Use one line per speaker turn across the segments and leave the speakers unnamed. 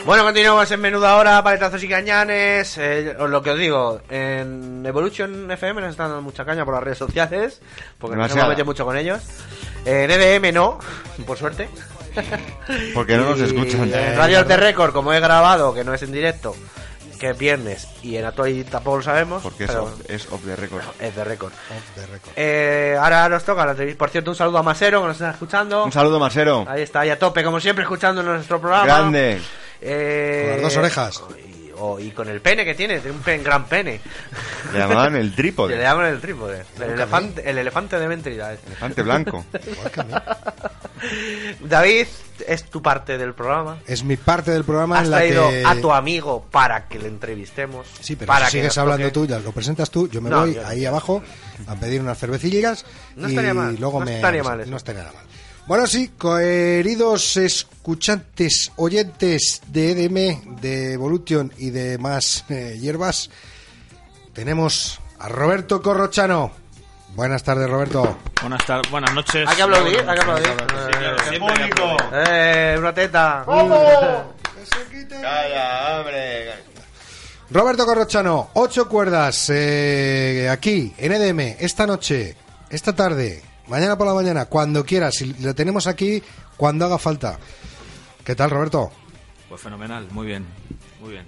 Bueno, continuamos en menuda hora, paletazos y cañanes. Eh, os lo que os digo, en Evolution FM nos están dando mucha caña por las redes sociales, porque nos hemos
Demasiada.
metido mucho con ellos. Eh, En EDM no, por suerte.
Porque no nos
Y
escuchan.
En Radio de Record, como he grabado, que no es en directo, que es viernes, y en actualidad tampoco lo sabemos.
Porque es
pero-
off, es off the record.
es de récord. Eh, ahora nos toca la entrevista. Por cierto, un saludo a Masero que nos está escuchando.
Un saludo, Masero.
Ahí está, ahí a tope, como siempre, escuchando nuestro programa.
Grande.
Eh,
Con las dos orejas.
Y, o- y con el pene que tiene, tiene un pen- gran pene.
Le llamaban el
Le
trípode.
llaman el trípode. El elefante, el elefante de mentalidad.
Elefante blanco.
David, es tu parte del programa.
Es mi parte del programa
Has
en la
traído
que...
a tu amigo para que le entrevistemos.
Sí, pero
para
si
que
sigues
nos
hablando
toque.
tú, ya lo presentas tú, yo me
No,
voy
yo-
ahí abajo a pedir unas cervecillas
No
y
estaría mal,
luego
no
me...
estaría mal eso.
no estaría nada mal. Bueno, sí, queridos escuchantes, oyentes de EDM, de Evolution y de más eh, hierbas, tenemos a Roberto Corrochano. Buenas tardes, Roberto.
Buenas, tardes, buenas noches.
Hay que aplaudir, hay que aplaudir.
Sí, claro, siempre hay que aplaudir.
Eh, una teta.
Calla, hombre.
Roberto Corrochano, ocho cuerdas, eh, aquí, en EDM, esta noche, esta tarde, mañana por la mañana, cuando quieras, y lo tenemos aquí cuando haga falta. ¿Qué tal, Roberto?
Pues fenomenal, muy bien. Muy bien.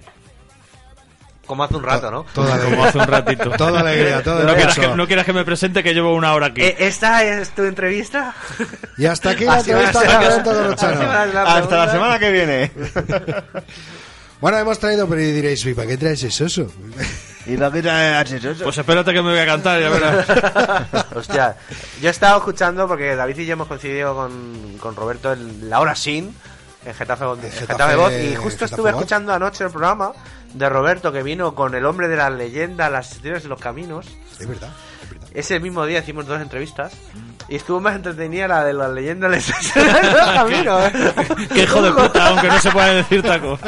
Como hace un rato, ¿no?
Toda
Como
alegría,
hace un ratito.
toda alegría, todo
No
el
quieras,
pecho.
que, no quieras que me presente que llevo una hora aquí.
Eh, ¿Esta es tu entrevista?
Y hasta aquí la
Así va a
entrevista
ser.
con Roberto
Así va a
Corrochano.
ser
Hasta la
pregunta.
semana que viene.
Bueno, hemos traído, pero diréis, "Uy, ¿para qué traes eso?
¿Y para qué traes eso?
Pues espérate que me voy a cantar, ya verás.
Hostia, yo he estado escuchando porque David y yo hemos coincidido con, con Roberto en la hora sin, en Getafe, en
Getafe-
Getafe Voz, y justo
Getafe
estuve
Voz.
escuchando anoche el programa de Roberto que vino con el hombre de las leyendas, las historias y los caminos.
Es verdad, es verdad.
Ese mismo día hicimos dos entrevistas
Mm.
y estuvo más entretenida la de las leyendas de los caminos. ¿eh?
Qué hijo de puta, aunque no se pueda decir taco.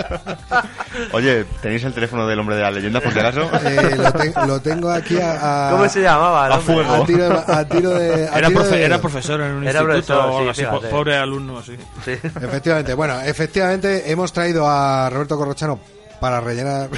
Oye, ¿tenéis el teléfono del hombre de la leyenda por si acaso?
Eh, lo, te- lo tengo aquí a... a-
¿Cómo se llamaba? el
A
hombre?
fuego.
a tiro, de- a tiro de... a
Era,
tiro
profe-
de-
era profesor en un
Era
instituto
profesor,
o algo
sí,
así. po-
fíjate.
Pobre alumno, sí.
Sí.
Efectivamente, bueno, efectivamente hemos traído a Roberto Corrochano para rellenar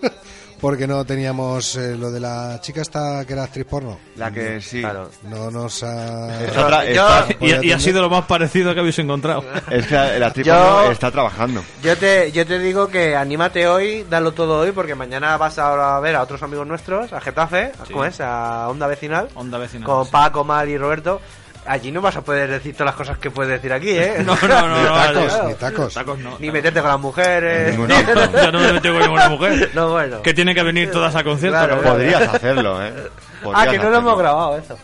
porque no teníamos eh, lo de la chica esta que era actriz porno.
La que sí.
Claro.
No nos ha...
Está tra-
Yo-
está-
Y, y ha sido lo más parecido que habéis encontrado.
Es que la actriz
Yo-
porno está trabajando.
Yo te, yo te digo que anímate hoy, dalo todo hoy, porque mañana vas a ver a otros amigos nuestros, a Getafe, a-
Sí.
¿cómo es? A Onda Vecinal,
Onda vecinal.
con
sí.
Paco, Mar y Roberto. Allí no vas a poder decir todas las cosas que puedes decir aquí, ¿eh?
No, no, no. no,
tacos,
no.
ni tacos.
Tacos no.
Ni meterte con las mujeres.
Ninguno.
Yo no me he metido con ninguna mujer.
No, bueno.
Que tiene que venir todas a concierto.
Claro,
cabrón.
Podrías hacerlo, ¿eh?
ah,
Podrías
que no lo
hacerlo.
hemos grabado eso.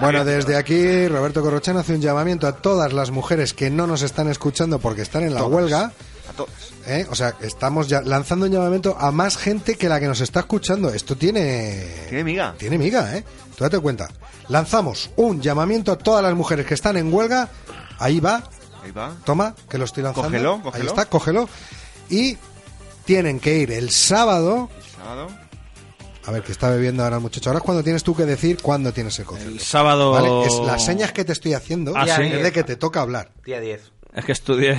Bueno, desde aquí Roberto Corrochano hace un llamamiento a todas las mujeres que no nos están escuchando porque están en la huelga.
A todas.
¿eh? O sea, estamos ya lanzando un llamamiento a más gente que la que nos está escuchando. Esto tiene...
Tiene miga.
Tiene miga, ¿eh? Tú date cuenta. Lanzamos un llamamiento a todas las mujeres que están en huelga. Ahí va,
Ahí va.
Toma, que lo estoy lanzando.
Cógelo, cógelo.
Ahí está, cógelo. Y tienen que ir el sábado.
El sábado.
A ver, que está bebiendo ahora el muchacho. Ahora es cuando tienes tú que decir cuándo tienes el concierto.
El sábado.
¿Vale? Es las señas que te estoy haciendo
Ah,
es
sí.
de que te toca hablar.
Día 10.
Es que estudié,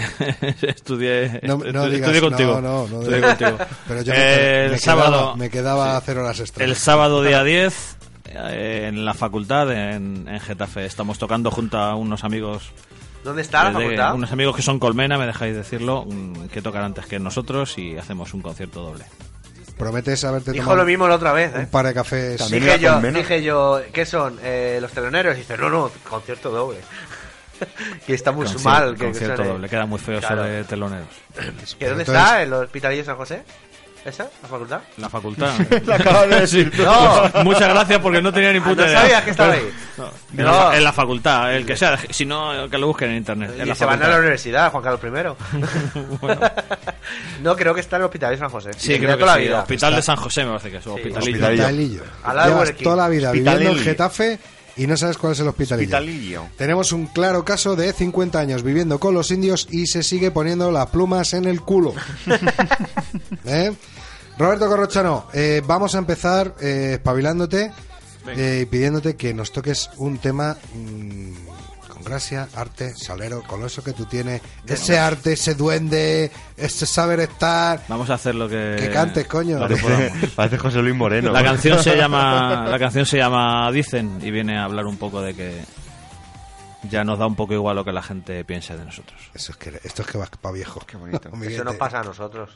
estudié,
No,
estu-
no
estudié
digas,
contigo.
No, no, no
estudié
digas.
contigo.
Pero yo me
Eh,
qued-
el
me quedaba-
sábado,
me quedaba a cero horas extras.
El sábado día 10 eh, en la facultad en, en Getafe estamos tocando junto a unos amigos.
¿Dónde está la
desde-
facultad?
Unos amigos que son Colmena, me dejáis decirlo, mm, que tocan antes que nosotros y hacemos un concierto doble.
Prometes haberte
Dijo
tomado
lo mismo la otra vez, ¿eh?
un par de cafés.
Dije yo, dije yo, ¿qué son? Eh, ¿Los teloneros? Y dice, no, no, concierto doble. y está muy
Concierto-
mal. Que,
concierto
que suene.
doble, queda muy feo
Claro.
sobre teloneros.
¿Que ¿Dónde
Entonces-
está? ¿El hospitalillo San José? ¿Esa? ¿La facultad?
La facultad.
Lo acabas de decir tú. No.
Muchas gracias porque no tenía ni puta
Ah, no
idea.
sabías que estaba ahí.
No.
No.
En, la, en la facultad, el que sea. Si no, que lo busquen en internet. en
Y
la
se van a
facultad.
la universidad, Juan Carlos I. No, creo que está en el hospitalillo San José.
Sí,
Desde
creo que
toda la
sí.
vida.
Hospital de San José me parece que es. Hospitalillo.
Hospitalillo.
Al lado
Llevas
del equipo.
toda la vida viviendo en
Hospitalillo.
Getafe y no sabes cuál es el hospitalillo.
Hospitalillo.
Tenemos un claro caso de 50 años viviendo con los indios y se sigue poniendo las plumas en el culo. ¿Eh? Roberto Corrochano, eh, vamos a empezar eh, espabilándote
Venga.
eh, y pidiéndote que nos toques un tema mm, con gracia, arte, salero, con eso que tú tienes, ese arte, ese duende, ese saber estar.
Vamos a hacer lo que.
Que cantes, coño.
lo que podamos.
pues Parece José Luis Moreno.
La canción se llama la canción se llama Dicen y viene a hablar un poco de que ya nos da un poco igual lo que la gente piense de nosotros.
Eso es que esto es que va para viejo. Qué bonito.
Eso nos pasa a nosotros.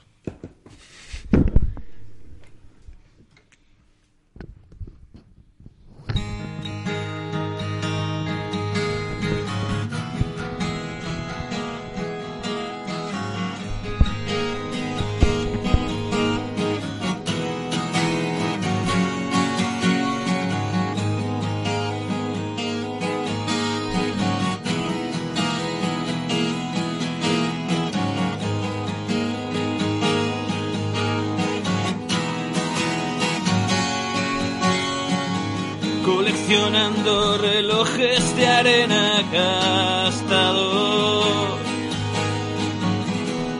coleccionando relojes de arena gastados.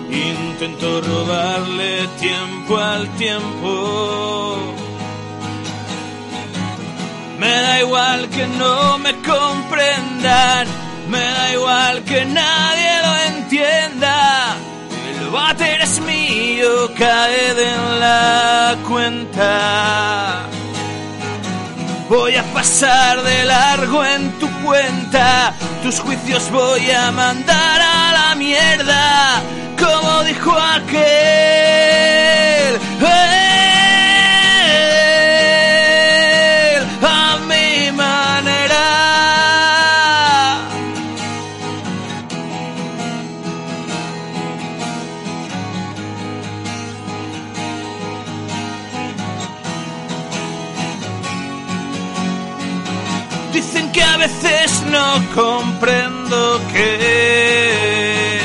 Intento robarle tiempo al tiempo. Me da igual que no me comprendan, me da igual que nadie lo entienda. El váter es mío, caed en la cuenta. Voy a pasar de largo en tu cuenta, tus juicios voy a mandar a la mierda, como dijo aquel. Él, a mi manera. Dicen que a veces no comprendo qué.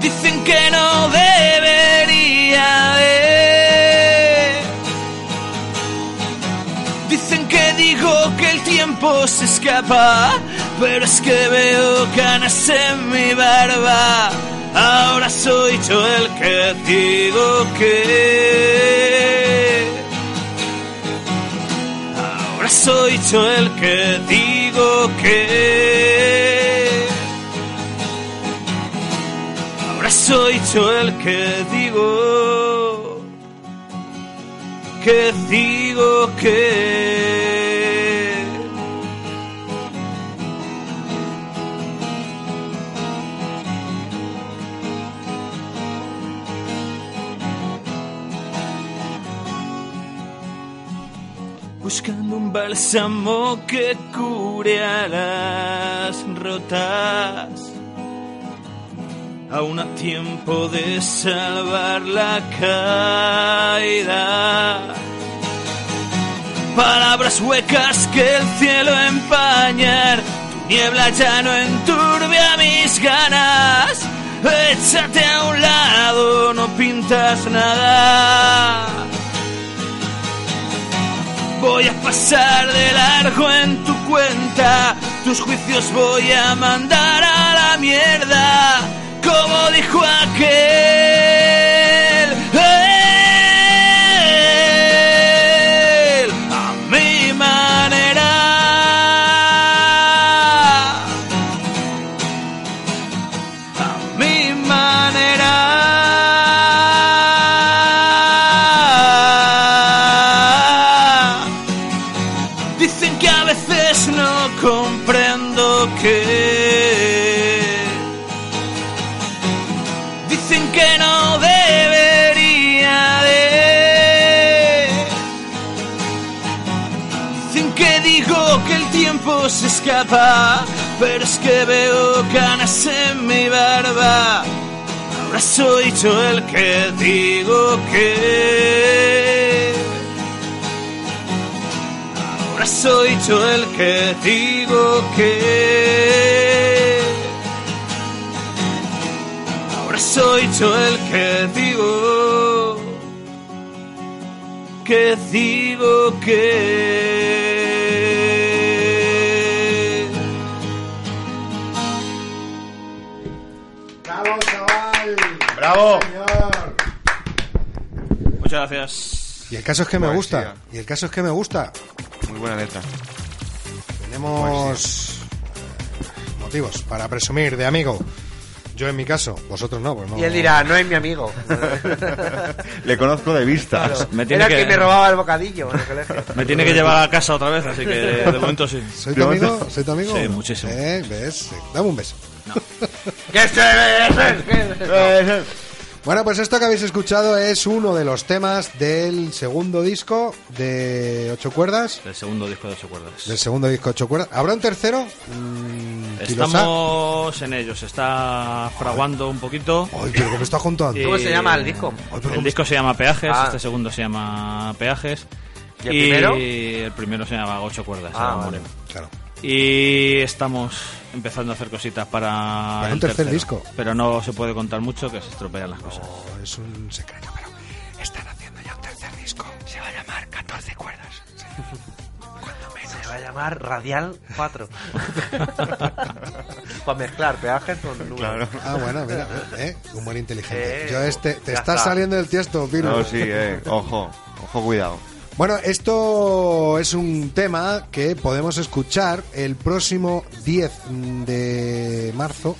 Dicen que no debería de. Dicen que digo que el tiempo se escapa, pero es que veo canas en mi barba. Ahora soy yo el que digo que. Ahora soy yo el que digo que. Ahora soy yo el que digo. Que digo que. buscando un bálsamo que cure a las rotas. Aún a tiempo de salvar la caída. Palabras huecas que el cielo empañan. Tu niebla ya no enturbia mis ganas. Échate a un lado, no pintas nada. Voy a pasar de largo en tu cuenta, tus juicios voy a mandar a la mierda, como dijo aquel. Él, a mi manera.
dicen que no debería de. Dicen que digo que el tiempo se escapa, pero es que veo canas en mi barba. Ahora soy yo el que digo que. Ahora soy yo el que digo que. Ahora soy yo el que digo. Que digo que.
¡Bravo, chaval!
¡Bravo!
Muchas gracias.
Y el caso es que me
Poesía.
gusta. Y el caso es que me gusta.
Muy buena letra.
Tenemos motivos para presumir de amigo. Yo en mi caso, vosotros no, pues no.
Y él dirá, no es mi amigo.
Le conozco de vista.
Me tiene
Era el que
que-
me robaba el bocadillo en el colegio.
Me tiene que llevar a casa otra vez, así que de momento sí.
¿Soy tu amigo? ¿Soy tu amigo?
Sí, muchísimo.
Eh, ¿Ves? Dame un beso.
¡Que se-
Bueno, pues esto que habéis escuchado es uno de los temas del segundo disco de Ocho Cuerdas.
El segundo disco de Ocho Cuerdas.
Del segundo disco Ocho Cuerdas. ¿Habrá un tercero? Mm, Quirós,
Estamos en ello, se está fraguando un poquito. Eh,
Ay, pero que me está juntando.
¿Cómo se llama el disco?
El disco se llama Peajes,
Ah.
este segundo se llama Peajes.
¿Y el primero?
el primero se llama Ocho Cuerdas,
Ah,
era
vale.
Moreno.
Claro.
Y estamos empezando a hacer cositas para,
Para un
el
tercer
tercero.
disco.
Pero no se puede contar mucho que se estropean las cosas.
Oh, es un secreto, pero están haciendo ya un tercer disco. Se va a llamar 14 Cuerdas.
Se va a llamar Radial 4. Para mezclar peajes con números.
Ah, bueno, mira, eh, humor inteligente.
Eh,
Yo este, te
ya
estás
está.
saliendo del tiesto, Pino.
No, sí, eh. Ojo, ojo, cuidado.
Bueno, esto es un tema que podemos escuchar el próximo 10 de marzo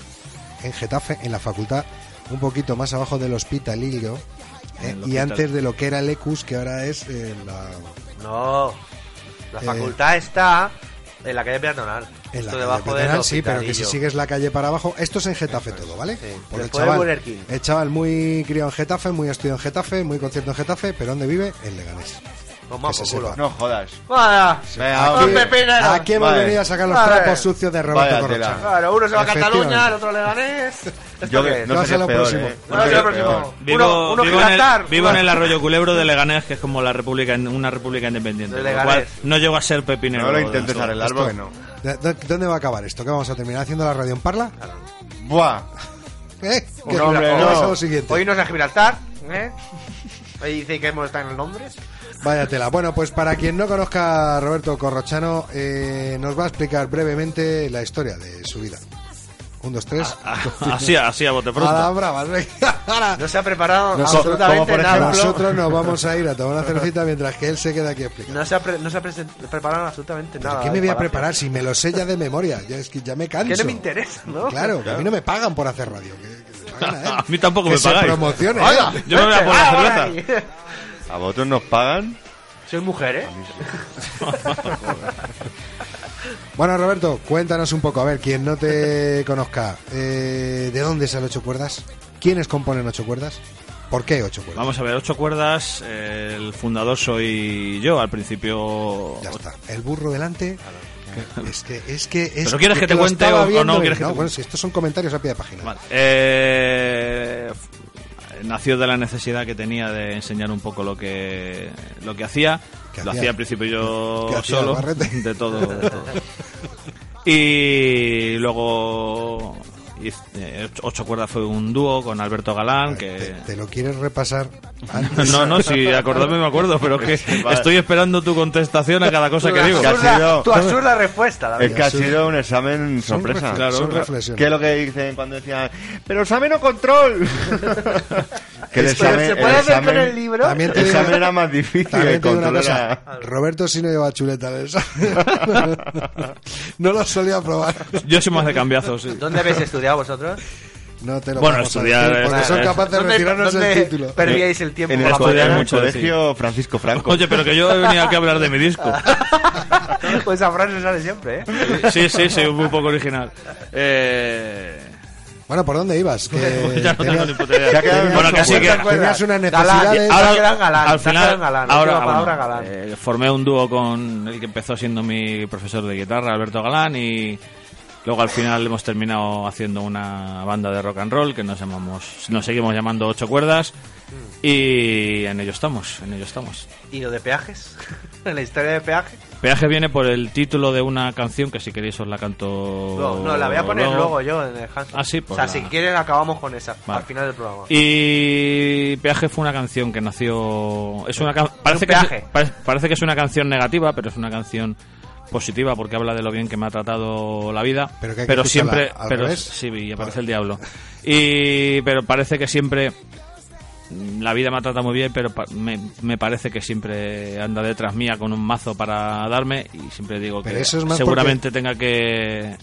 en Getafe, en la facultad, un poquito más abajo del hospitalillo. eh,
En el
y
hospital.
antes de lo que era el ECUS, que ahora es eh, la...
No. La
Eh.
facultad está en la calle peatonal.
en la
Justo
calle
debajo del
Pedernal, sí, pero que si
hospitalillo.
sigues la calle para abajo, esto es en Getafe todo, ¿vale? Porque el
Después del
chaval,
Burger King.
el chaval muy criado en Getafe, muy estudiado en Getafe, muy concierto en Getafe, pero ¿dónde vive? En Leganés.
Toma,
Que se
por
sepa.
culo.
No jodas.
Vaya.
Venga,
Dos
hombre.
pepineros.
Aquí hemos
Vale.
venido a sacar los
Vale.
trapos sucios de Roberto
Vaya
Corrochano.
tela.
Claro, uno se va a Cataluña,
Efectivamente.
el otro a Leganés. ¿Esto
Ah, Yo
qué
que
es?
no
No
sé
sé lo
peor,
próximo.
eh.
No sé
sería
lo próximo.
peor.
Vivo,
Uno- uno
vivo en el,
Gibraltar,
vivo
uno-
en el arroyo culebro de Leganés, que es como la república, en- una república independiente. con
De
lo
Leganés.
cual no llego a ser pepinero.
No lo intentes arreglar
Esto-
porque no.
¿De- de- ¿Dónde va a acabar esto? ¿Qué vamos a terminar haciendo la radio en Parla?
Buah.
¿Eh?
Un
¿Qué-
hombre,
qué
no.
pasa lo siguiente?
Hoy nos a Gibraltar. ¿eh? Hoy dice que hemos estado en Londres.
Vaya tela. Bueno, pues para quien no conozca a Roberto Corrochano, eh, nos va a explicar brevemente la historia de su vida. Un, dos, tres.
Ah,
Así, así a bote
A la
pronto.
brava, venga. Ahora,
No se ha preparado
Nos-
absolutamente
como por
nada.
Nosotros nos vamos a ir a tomar una cervecita mientras que él se queda aquí explicando.
No se ha, pre- no se ha presen- preparado absolutamente
¿Pero
nada.
¿Qué me
del
voy a
palacio.
preparar si me lo sé ya de memoria? Ya, es que ya me canso.
Que no me interesa, ¿no?
Claro, que a mí no me pagan por hacer radio. que- que se pagan a él.
A mí tampoco
eh. que
me
se
pagáis.
promocione,
Hola,
¿eh?
Yo me voy a por la
Ah,
cerveza.
ahora-
¿A vosotros nos pagan?
Soy mujer, ¿eh?
Bueno, Roberto, cuéntanos un poco, a ver, quien no te conozca, eh, ¿de dónde sale Ocho Cuerdas? ¿Quiénes componen Ocho Cuerdas? ¿Por qué Ocho Cuerdas?
Vamos a ver, ocho cuerdas. eh, El fundador soy yo. Al principio.
Ya está, el burro delante. Es que, es que, es
¿Pero quieres que te
lo
cuente o-
estaba
o no
viendo y-
quieres que te
bueno,
cuente?
si estos son comentarios a pie de página.
Vale. Eh, f- nació de la necesidad que tenía de enseñar un poco lo que lo que hacía.
¿Qué
Lo
hacía?
hacía al principio yo
¿Qué hacía,
solo.
Barrete?
De todo, de todo. Y luego. hiz- eh, Ocho Cuerdas fue un dúo con Alberto Galán, que...
¿Te, te lo quieres repasar? antes?
No, no, si acordarme me acuerdo, pero que
Vale.
estoy esperando tu contestación a cada cosa que digo.
Que ha sido-
Absurda, tu absurda respuesta,
Eh,
la
Es
verdad.
que ha sido un examen
Son
sorpresa.
ref-
Claro,
son
claro.
reflexiones.
¿Qué es lo que dicen cuando decían, pero examen o control? que el
Pero
examen,
se puede hacer
examen-
con el libro.
También
el
te digo-
examen era más difícil,
También
el
te digo una
control
cosa,
era...
Roberto sí no llevaba chuleta de esa. no lo solía probar.
Yo soy más de cambiazos. sí.
¿Dónde habéis estudiado vosotros?
No te lo
Bueno,
vamos a
estudiar
decir, porque
es- ¿eh?
son capaces de
¿Dónde-
retirarnos
dónde
el título.
Perdíais el tiempo.
En el,
para
colegio-
estudiar
en el
mucho,
colegio Francisco Franco.
Oye, pero que yo he venido aquí a hablar de mi disco.
poder- Pues esa frase sale siempre, ¿eh?
Sí, sí, sí, un poco original. Eh,
Bueno, ¿por dónde ibas? Que
Pues Ya no tengo
tenías-
ni puta idea.
Se ha quedado
Bueno,
mucho
que así
hueco.
que-
Tenías unas
Galán,
necesidades.
ahora quedan galán,
al
se ha
final,
quedado galán,
ahora,
última palabra,
bueno, eh, formé un dúo con el que empezó siendo mi profesor de guitarra, Alberto Galán, y luego al final hemos terminado haciendo una banda de rock and roll que nos llamamos, nos seguimos llamando Ocho Cuerdas, y en ello estamos, en ello estamos.
¿Y lo de peajes? ¿La historia de peajes?
Peaje viene por el título de una canción que si queréis os la canto.
No, no, la voy a poner luego yo en el Hanson.
Oh, Ah, sí, pues
O sea,
la-
si quieres acabamos con esa
Vale.
al final del programa.
Y Peaje fue una canción que nació. Es una can- parece,
un
que
peaje.
es, parece, parece que es una canción negativa, pero es una canción positiva porque habla de lo bien que me ha tratado la vida.
Pero que hay que escucharla
siempre.
al
pero
revés.
sí, y aparece el diablo. Y, pero parece que siempre. mm, La vida me ha tratado muy bien, pero pa- me, me parece que siempre anda detrás mía con un mazo para darme y siempre digo
Pero
que
eso es más
seguramente tenga que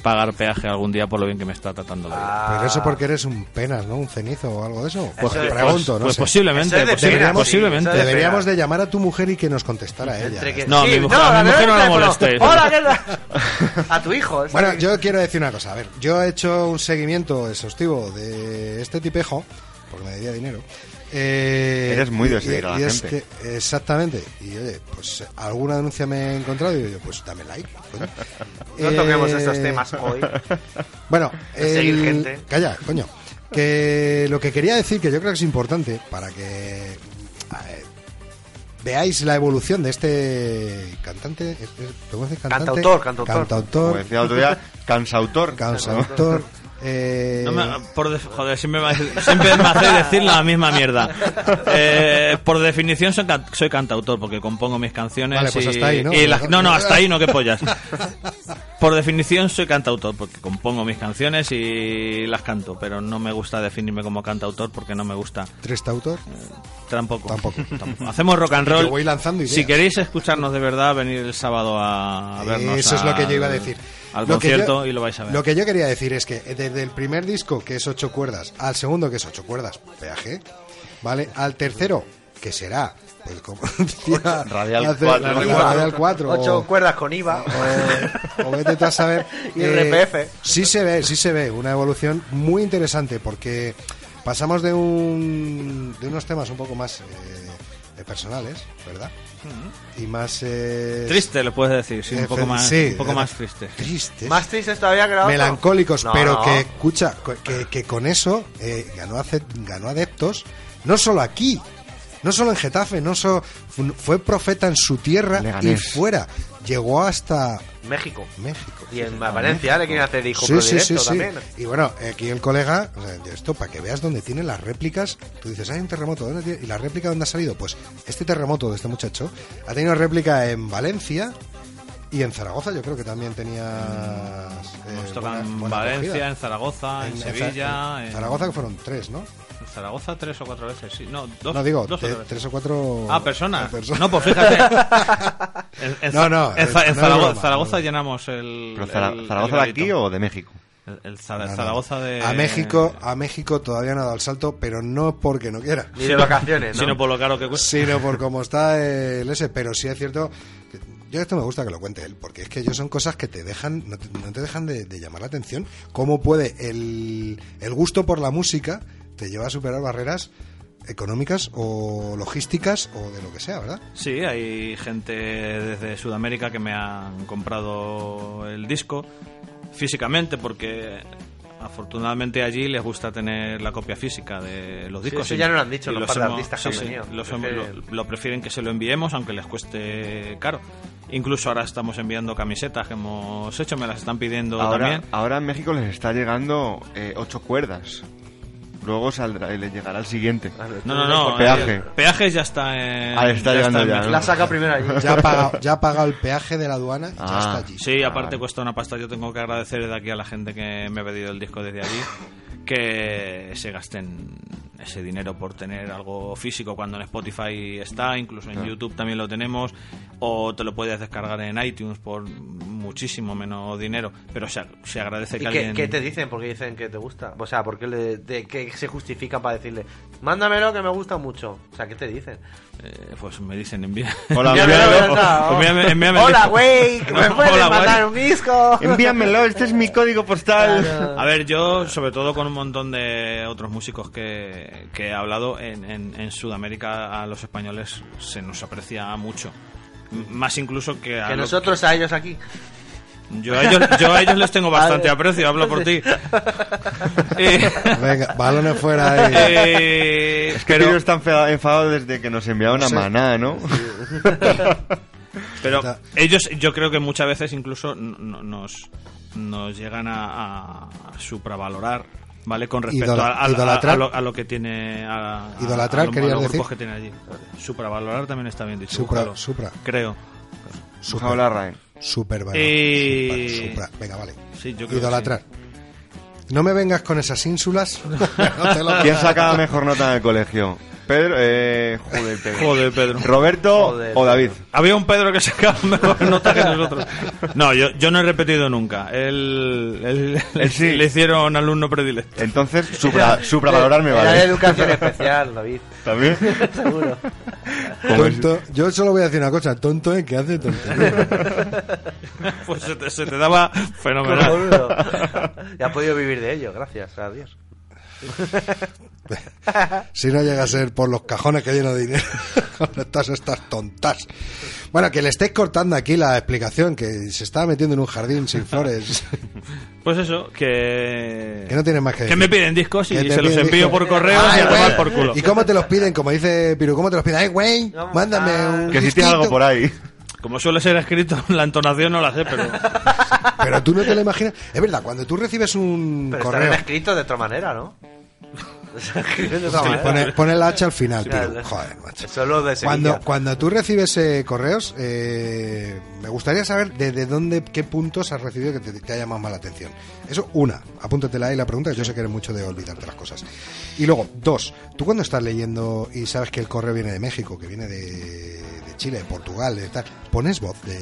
pagar peaje algún día por lo bien que me está tratando la vida.
Pero eso porque eres un penas, ¿no? Un cenizo o algo de eso.
Pues-
Te
pues-
pregunto, no
pues
sé.
posiblemente, Eso es de posi- penas, sí, posiblemente. eso es de
Deberíamos
penas.
de llamar a tu mujer y que nos contestara ella.
Entre que-
No,
Sí,
mi mujer- a mi
la
mujer no la
teléfono.
molestéis.
Hola, ¿qué tal? A tu hijo. es-
Bueno, yo quiero decir una cosa. A ver, yo he hecho un seguimiento exhaustivo de este tipejo, porque me debía dinero. Eh,
Eres muy de
y-
seguir a la
y es
gente.
que- exactamente. Y oye, pues alguna denuncia me he encontrado y yo, pues dame like. coño.
No toquemos estos
eh,
temas hoy.
Bueno,
De seguir
el-
gente.
Calla, coño. Que lo que quería decir, que yo creo que es importante para que a ver, veáis la evolución de este cantante. es- es- ¿Cómo se dice cantante?
Cantautor, cantautor.
Cantautor.
Como decía el otro día, cansautor.
Cantautor. eh,
No me- por def- joder, siempre me, siempre me hacéis decir la misma mierda. Eh, por definición soy, can- soy cantautor porque compongo mis canciones.
Vale, pues
y,
hasta ahí, ¿no?
y las- no, no, hasta ahí no, que pollas. Por definición soy cantautor porque compongo mis canciones y las canto, pero no me gusta definirme como cantautor porque no me gusta.
Trestautor.
Tampoco.
Tampoco.
Hacemos rock and roll.
Yo voy lanzando ideas.
Si queréis escucharnos de verdad, venir el sábado a, a vernos.
Eso es lo que yo iba a
al-
decir.
Al
Lo que yo-
concierto y lo vais a ver.
Lo que yo quería decir es que desde el primer disco, que es ocho cuerdas, al segundo, que es ocho cuerdas, peaje, ¿vale? Al tercero, que será, pues como decía,
Radial
hace-
cuatro,
Radial
IVA.
cuatro,
Ocho
o-
cuerdas con IVA.
o vete tú a saber. eh,
Y RPF.
Sí se ve, sí se ve una evolución muy interesante porque pasamos de un de unos temas un poco más eh, eh, personales, ¿verdad?
Mm.
Y más eh,
Triste, lo puedes decir, sí, un poco
efe-
más,
sí,
un poco
¿verdad?
más triste.
Tristes.
Más tristes todavía que la otra.
melancólicos,
No,
pero
no.
que escucha co- que, que con eso eh, ganó ace- ganó adeptos no solo aquí, no solo en Getafe, no solo fu- fue profeta en su tierra
Leganés.
y fuera, llegó hasta
México.
México.
Y en Valencia le quieren hacer hijo
Sí,
pro
sí, sí,
directo
sí.
también.
Y bueno, aquí el colega, o sea, yo esto para que veas dónde tiene las réplicas, tú dices, "Ah, hay un terremoto, ¿dónde tiene? ¿y la réplica dónde ha salido? Pues este terremoto de este muchacho ha tenido réplica en Valencia y en Zaragoza, yo creo que también tenía... eh,
Nos tocan Mm. Pues en Valencia, en Zaragoza, en, Sevilla. en-
Zaragoza que fueron tres, ¿no?
en Zaragoza tres o cuatro veces, sí. No, dos,
no digo,
dos o
te-
tres veces.
tres o cuatro...
Ah, personas.
personas.
No, pues fíjate. En- en
No,
Za-
no,
En, Za-
eh,
en
no,
Zaragoza,
no, no, no.
Zaragoza llenamos el.
Pero Zara-
el- el
¿Zaragoza de
garito.
aquí o de México?
El, el Zara-
No, no.
Zaragoza de.
A México, a México todavía no ha dado el salto, pero no porque no quiera.
Ni de
Eh,
vacaciones, ¿no?
Sino por lo caro que cuesta.
sino por cómo está el ese. Pero sí es cierto. que- yo esto me gusta que lo cuente él, porque es que ellos son cosas que te dejan, no te, no te dejan de, de llamar la atención. Cómo puede el, el gusto por la música te lleva a superar barreras económicas o logísticas o de lo que sea, ¿verdad?
Sí, hay gente desde Sudamérica que me han comprado el disco físicamente porque afortunadamente allí les gusta tener la copia física de los
Sí,
discos.
eso
Y-
ya nos lo han dicho
y
los par de
hemos-
artistas que han venido.
los
Prefieren-
hemos- lo- lo prefieren que se lo enviemos aunque les cueste caro. Incluso ahora estamos enviando camisetas que hemos hecho, me las están pidiendo
Ahora,
también.
ahora en México les está llegando eh, ocho cuerdas. Luego saldrá, le llegará el siguiente.
No, no, no.
Peaje.
eh, peajes ya está en.
Ah, está llegando
en
ya,
México.
¿no?
La saca primero allí.
Ya ha pagado, ya ha pagado el peaje de la aduana y ya
Ah.
está allí.
Sí, aparte cuesta una pasta. Yo tengo que agradecer de aquí a la gente que me ha pedido el disco desde allí que se gasten ese dinero por tener algo físico cuando en Spotify está, incluso en
Claro.
YouTube también lo tenemos, o te lo puedes descargar en iTunes por un muchísimo menos dinero, pero se, se agradece
¿Y
que
qué,
alguien...
qué te dicen? Porque dicen que te gusta. O sea, porque le, de- que se justifica para decirle, mándamelo que me gusta mucho. O sea, ¿qué te dicen?
Eh, pues me dicen envía.
Hola,
envíamelo,
envíamelo, o-
envíame- envíame el
Hola,
disco.
güey, que me
No,
puedes
hola, güey.
mandar un disco.
Envíamelo, este es mi código postal.
A ver, yo, sobre todo con un montón de otros músicos que, que he hablado, en, en- en Sudamérica a los españoles se nos aprecia mucho. M- Más incluso que a
Que
lo-
nosotros a ellos aquí.
Yo a ellos, yo a ellos les tengo bastante aprecio, hablo por ti. Eh,
Venga, balones fuera ahí.
eh,
Es que
pero-
Piro está enfada- enfadado desde que nos enviaron a
Sí.
Maná, ¿no?
Pero ellos, yo creo que muchas veces incluso n- n- nos, nos llegan a, a supravalorar, ¿vale? Con respecto
Idola-
a, a- a-
idolatrar.
a lo, a lo que tiene. A, a-
Idolatrar,
a lo- a
querías
los
decir.
grupos que tiene allí. Supravalorar también está bien dicho.
Supra-
búscalo.
supra.
Creo.
Super,
Ojalá, Raen.
Super valor.
Eh,
Supra- supra. Venga, vale.
Sí, yo creo que
Idolatrar.
sí.
No me vengas con esas ínsulas. No te lo-
¿Quién saca mejor nota en el colegio? Pedro, eh, joder, Pedro.
Joder, Pedro.
Roberto
Joder,
o David.
Había un Pedro que sacaba mejor nota que nosotros. No, yo, yo no he repetido nunca. Él, él-
Él sí.
le hicieron alumno predilecto.
Entonces, supra, supravalorarme,
Era de
¿vale?
educación especial, David.
También.
Seguro.
Como es-
Tonto. Yo solo voy a decir una cosa. Tonto en que hace tonto.
Pues se te, se te daba fenomenal.
Cojonudo. Y ha podido vivir de ello, gracias a Dios.
Si no llega a ser por los cajones que lleno de dinero con todas estas tontas. Bueno, que le estáis cortando aquí la explicación, que se está metiendo en un jardín sin flores.
Pues eso, que.
Que no tienes más que decir.
me piden discos y
Eh, Que te
se los
piden
envío
discos. Ah,
por correo
Ay,
y a tomar
güey.
por culo.
¿Y cómo te los piden? Como dice Piru, ¿cómo te los piden? ¡Ay, güey! Mándame un.
Que si
disquito.
tienes algo por ahí.
Como suele ser escrito, la entonación no la sé, pero.
Pero tú no te lo imaginas. Es verdad, cuando tú recibes un
Pero
correo.
estarán escritos de otra manera, ¿no? Escriben de otra
Sí,
manera.
pone, pone el H al final,
¿eh? Sí,
Piru.
claro.
Joder, macho.
Son los de Sevilla.
Cuando, cuando tú recibes eh, correos, eh, me gustaría saber desde dónde, qué puntos has recibido que te, te ha llamado más la atención. Eso, una, apúntatela ahí la pregunta, que yo sé que eres mucho de olvidarte las cosas. Y luego, dos, tú cuando estás leyendo y sabes que el correo viene de México, que viene de, de Chile, de Portugal, de tal, pones voz de.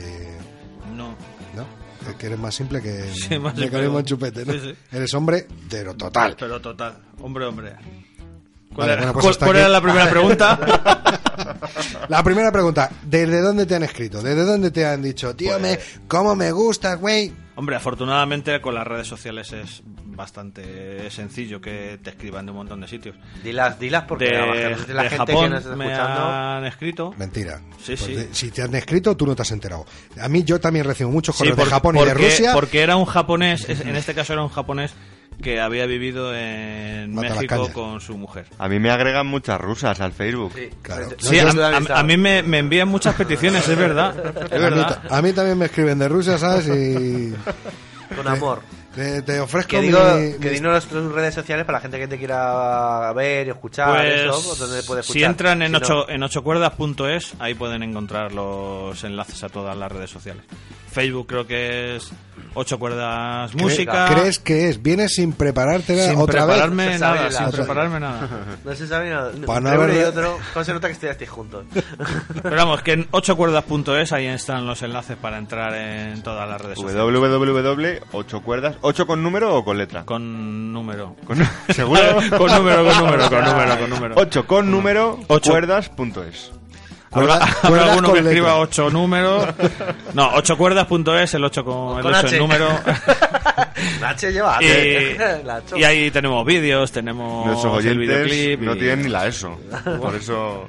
No.
¿No? Que- Que eres más simple que.
Sí, más
que
simple.
Calimán Chupete, ¿no?
Sí, sí.
Eres hombre, pero total.
Pero total. Hombre, hombre. ¿Cuál,
Vale,
era,
bueno, pues
cuál-
hasta
cuál
aquí.
era la primera pregunta?
La primera pregunta, ¿desde dónde te han escrito? ¿Desde dónde te han dicho,
Pues-
tío, me, cómo me gustas, güey?
Hombre, afortunadamente con las redes sociales es bastante sencillo que te escriban de un montón de sitios.
Dilas, dilas, porque
de,
la gente- la
de
gente
Japón
que nos está
me
escuchando-
han escrito.
Mentira.
Sí,
Pues
sí.
de- si te han escrito, tú no te has enterado. A mí yo también recibo muchos correos
por-
de Japón y de
porque-
Rusia.
Porque era un japonés, es- en este caso era un japonés que había vivido en
Mata las
México
cañas.
con su mujer.
A mí me agregan muchas rusas al Facebook.
Claro.
Sí,
yo-
a, a- a mí me, me envían muchas peticiones, es verdad. Es
a, mí,
verdad.
ta- a mí también me escriben de Rusia, ¿sabes? Y
Con amor.
te, te ofrezco
Que digo,
mi-
que
mi-
dinos nuestras redes sociales para la gente que te quiera ver y escuchar.
Pues,
eso, donde puede escuchar.
si entran en,
Si no-
ocho, en ochocuerdas.es, ahí pueden encontrar los enlaces a todas las redes sociales. Facebook creo que es Ocho Cuerdas
¿Cre-
Música.
¿Crees que es? ¿Vienes sin prepararte
Sin
otra
prepararme
vez?
nada,
Sabe la-
sin
otra-
prepararme nada.
No se sabe nada. No,
Pa' no
entre uno
haber-
y otro. ¿Cómo se nota que estudiasteis juntos?
Pero vamos, que en ochocuerdas.es ahí están los enlaces para entrar en todas las redes sociales.
www8 cuerdas. ¿8 con número o con letra?
Con número.
Con- ¿Seguro?
con número, con número, con número, con número.
8 con número
Ocho.
cuerdas.es.
Habrá,
Cuerdas-
habrá
cuerdas
alguno
con
que
letra.
escriba ocho números. No, ochocuerdas.es, el ocho con, el
Con
ocho
H.
en número.
La H lleva.
Eh,
Ah, la cho-
y ahí tenemos vídeos, tenemos
Nuestros
Oh, el
oyentes
videoclip.
no
y-
tienen ni la ESO. Por eso.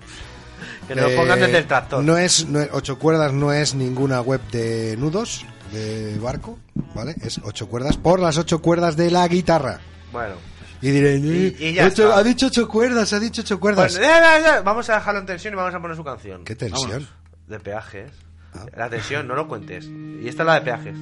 Que nos
Eh,
pongan desde el tractor.
No es, no es- ocho cuerdas no es ninguna web de nudos de barco, ¿vale? Es ocho cuerdas por las ocho cuerdas de la guitarra.
Bueno.
Y diré, eh,
y ya
ocho-
está.
ha dicho ocho cuerdas, ha dicho ocho cuerdas.
Bueno, eh. ya, ya, ya, eh, Vamos a dejarlo en tensión y vamos a poner su canción.
Qué Ah. tensión.
Vámonos. De peajes. La tensión, no lo cuentes. Y esta es la de peajes.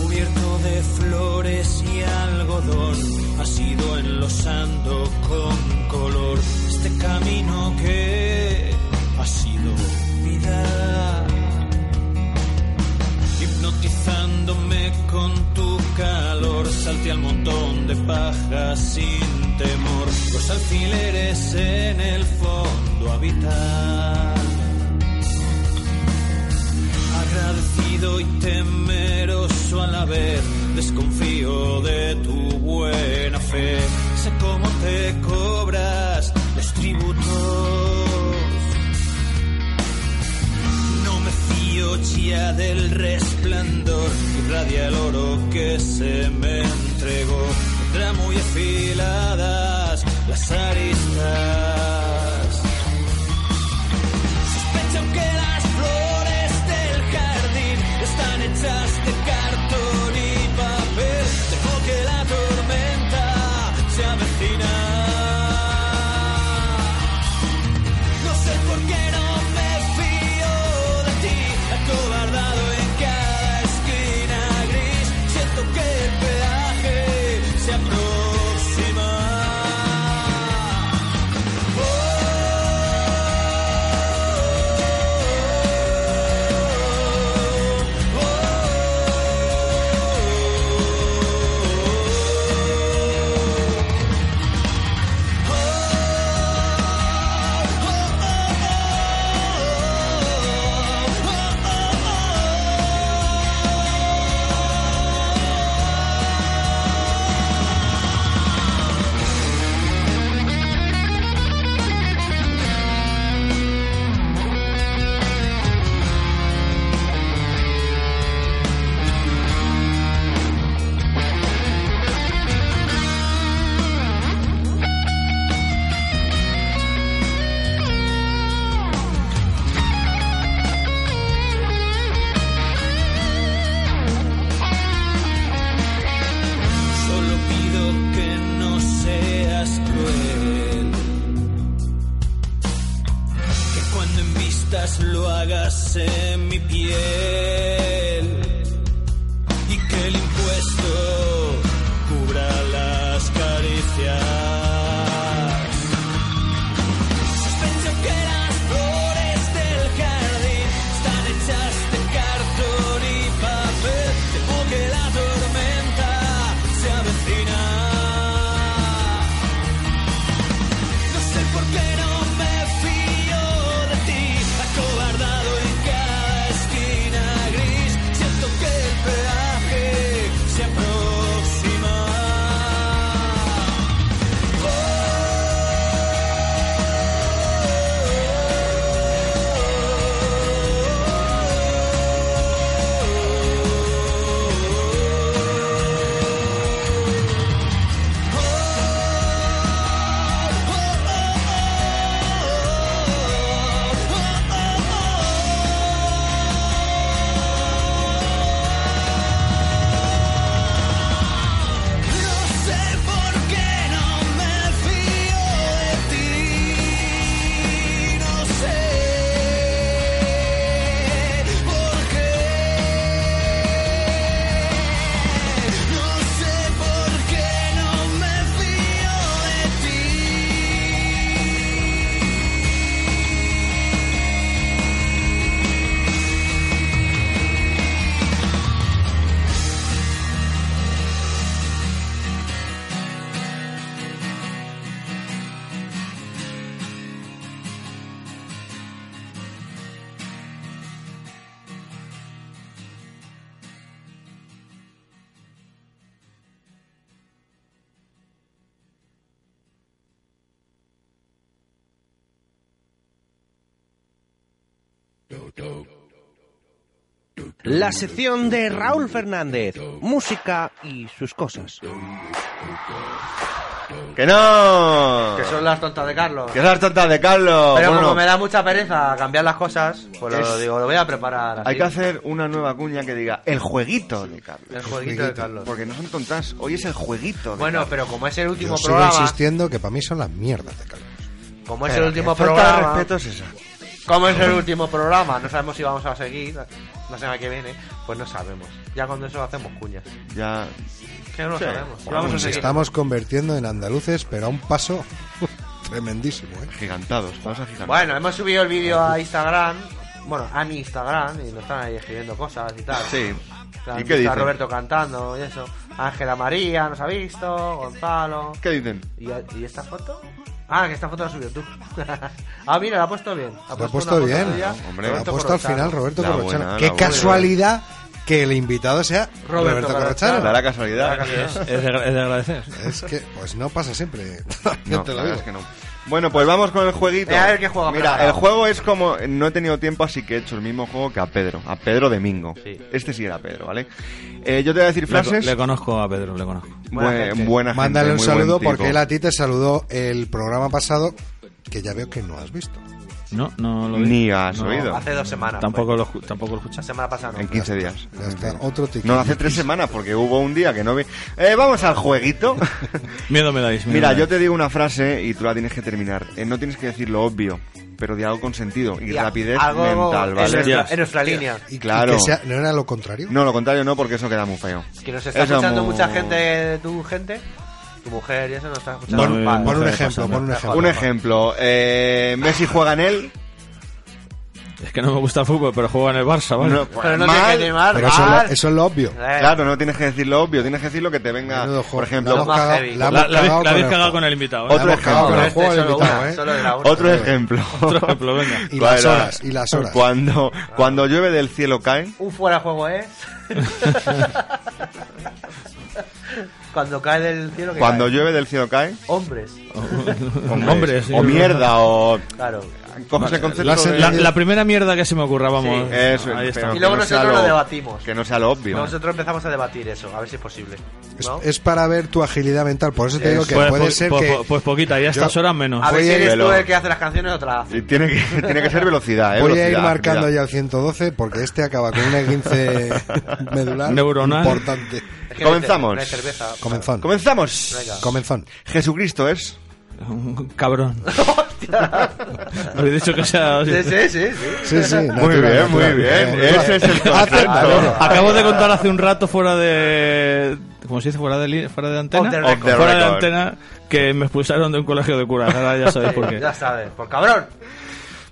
Cubierto de
algodón has ido enlosando con color este camino que ha sido vida. Hipnotizándome con tu calor, salte al montón de paja sin temor. Los alfileres en el fondo habitan. Agradecido y temeroso a la vez, desconfío de tu buena fe. Sé cómo te cobras los tributos. No me fío ya del resplandor que irradia el oro que se me entregó. Tendrá muy afiladas las aristas. Sospecho que las flores del jardín están hechas de cartón y papel. Temo que la tormenta se avecina. No sé por qué no me fío de ti, acobardado en cada esquina gris. Siento que el peaje se aproxima. Solo pido que no seas cruel. Que cuando invistas lo hagas en mi piel. Y que el impuesto cubra las caricias. Sospecho que las flores del jardín están hechas de cartón y papel. Temo que la tormenta se avecina. No sé por qué no me fío de ti, acobardado en cada esquina gris. Siento que el peaje se aproxima. No sé por qué no me fío de ti, no sé por qué, no sé por qué no me fío de ti.
La sección de Raúl Fernández, música y sus cosas.
¡Que no!
Que
son las tontas de Carlos.
¡Que son las tontas de Carlos!
Pero
Bueno.
como me da mucha pereza cambiar las cosas, pues lo,
Es-
digo, lo voy a preparar. así.
Hay que hacer una nueva cuña que diga el jueguito de Carlos.
El jueguito de Carlos.
Porque no son tontas, hoy es el jueguito. de
Bueno,
Carlos.
pero como es el
Yo
último
sigo
programa, Pues
insistiendo que para mí son las mierdas de Carlos.
como es
Pero
el último
que falta de
programa,
respeto es esa.
como es el último programa, no sabemos si vamos a seguir la semana que viene, pues no sabemos. Ya cuando eso hacemos cuñas.
Ya
que no lo
Sí.
sabemos.
Vamos a
Nos
seguir.
estamos convirtiendo en andaluces, pero a un paso tremendísimo, ¿eh?
Gigantados, estamos agigantados.
Bueno, hemos subido el vídeo a Instagram. Bueno, a mi Instagram. Y nos están ahí escribiendo cosas y tal.
Sí.
La han
¿Y
visto
qué
a
dicen?
Roberto cantando y eso. Ángela María nos ha visto. Gonzalo.
¿Qué dicen?
¿Y, y esta foto? Ah, que esta foto la has subido tú. ah, mira, la ha puesto bien.
Lo ha puesto
una foto
bien.
tuya,
Hombre, lo ha
Roberto
pues,
puesto al
Corrochano.
final Roberto
La
Corrochano.
buena,
Qué
la buena.
casualidad que el invitado sea Roberto,
Roberto
Corrochano.
Corrochano. La casualidad. La
Es,
casualidad.
es de, es de agradecer.
Es que, pues no pasa siempre.
No,
Yo te lo digo.
la verdad es que no. Bueno, pues vamos con el jueguito.
Eh, a ver qué juego ha
Mira,
preparado.
el juego es como. No he tenido tiempo, así que he hecho el mismo juego que a Pedro. A Pedro Domingo. Este sí era Pedro, ¿vale? Eh, yo te voy a decir
Le, co-
frases.
le conozco a Pedro, le conozco.
Bu- Buena gente. buena gente,
Mándale un
muy buen
saludo
tipo.
porque él a ti te saludó el programa pasado que ya veo que no has visto.
No, no lo
Ni has oído.
Hace dos semanas. pues.
Tampoco lo, escu- tampoco lo escuché.
La semana pasada. no.
En 15 días.
Ya está, otro ticket.
No, hace tres semanas, porque hubo un día que no vi. Eh, vamos al jueguito.
Miedo me dais. miedo
Mira,
me dais.
yo te digo una frase y tú la tienes que terminar. Eh, no tienes que decir lo obvio, pero de algo con sentido y
Ya,
rapidez
algo
mental,
en
¿vale?
nuestra- en nuestra línea.
Y- y
Claro.
que sea- ¿No era lo contrario?
No, lo contrario no, porque eso queda muy feo.
Que nos está
Eso es
escuchando
muy-
mucha gente de tu gente. Tu mujer y eso nos está escuchando.
Pon-
Vale.
pon un ejemplo, pon un ejemplo.
Un ejemplo. Eh, Messi juega en él.
Es que no me gusta el fútbol, pero juego en el Barça, ¿vale?
No,
Pero no
mal.
tiene que animar.
Pero eso es, lo,
mal. Eh,
eso es lo obvio.
Claro, no tienes que decir lo obvio, tienes que decir lo que te venga.
Menudo juego.
Por ejemplo,
La hemos cagado- la
La,
hemos
la habéis-
cagado
la
con
habéis
el
cagado
juego.
con el invitado. ¿eh?
otro
La hemos cagado con
ejemplo.
el juego del
este solo
invitado,
una,
¿eh?
solo era una.
Otro ejemplo.
Otro ejemplo, venga.
Y las horas, y las horas.
Cuando, cuando llueve del cielo caen.
Un fuera de juego ¿eh? es. Cuando cae del cielo. que
Cuando
cae.
llueve del cielo cae.
Hombres.
Oh.
Hombres.
Hombres, ¿eh? sí,
o
es
mierda, o.
Claro.
Coges el concepto.
lo has
de-
La, la primera mierda que se me ocurra, vamos.
Sí.
Eso
Ahí
es, pero
está.
Y luego
que no sea
nosotros lo debatimos.
Que no sea lo obvio.
Nosotros empezamos a debatir eso, a ver si es posible.
Es,
¿no?
es para ver tu agilidad mental. Por eso te digo que
Pues-
puede
pues-
ser
pues,
que.
pues- pues poquita, ya a
Yo-
estas horas menos.
Ah.
A ver si eres tú
Velo.
el que hace las canciones o te las hace.
Y tiene, que, tiene que ser velocidad, ¿eh?
Voy a ir
velocidad,
marcando ya
agilidad.
el 112 porque este acaba con una 15 medular
Neuronal.
importante.
Es que no hay cer-
Comenzamos.
no hay cerveza.
Comenzón.
Comenzamos.
Venga.
Comenzón.
Jesucristo es.
Un Cabrón. Habéis dicho que sea.
Sí, sí, sí. sí.
Sí, sí.
Muy
natural,
bien, muy
natural.
bien.
Eh,
Ese es el
Acéptalo.
concepto.
Acabo de contar hace un rato fuera de. ¿Cómo se dice? Fuera de, li- fuera de antena.
Off the
record.
fuera de
record.
antena que me expulsaron de un colegio de curas. Ahora ya sabéis por qué.
Ya sabes, por cabrón.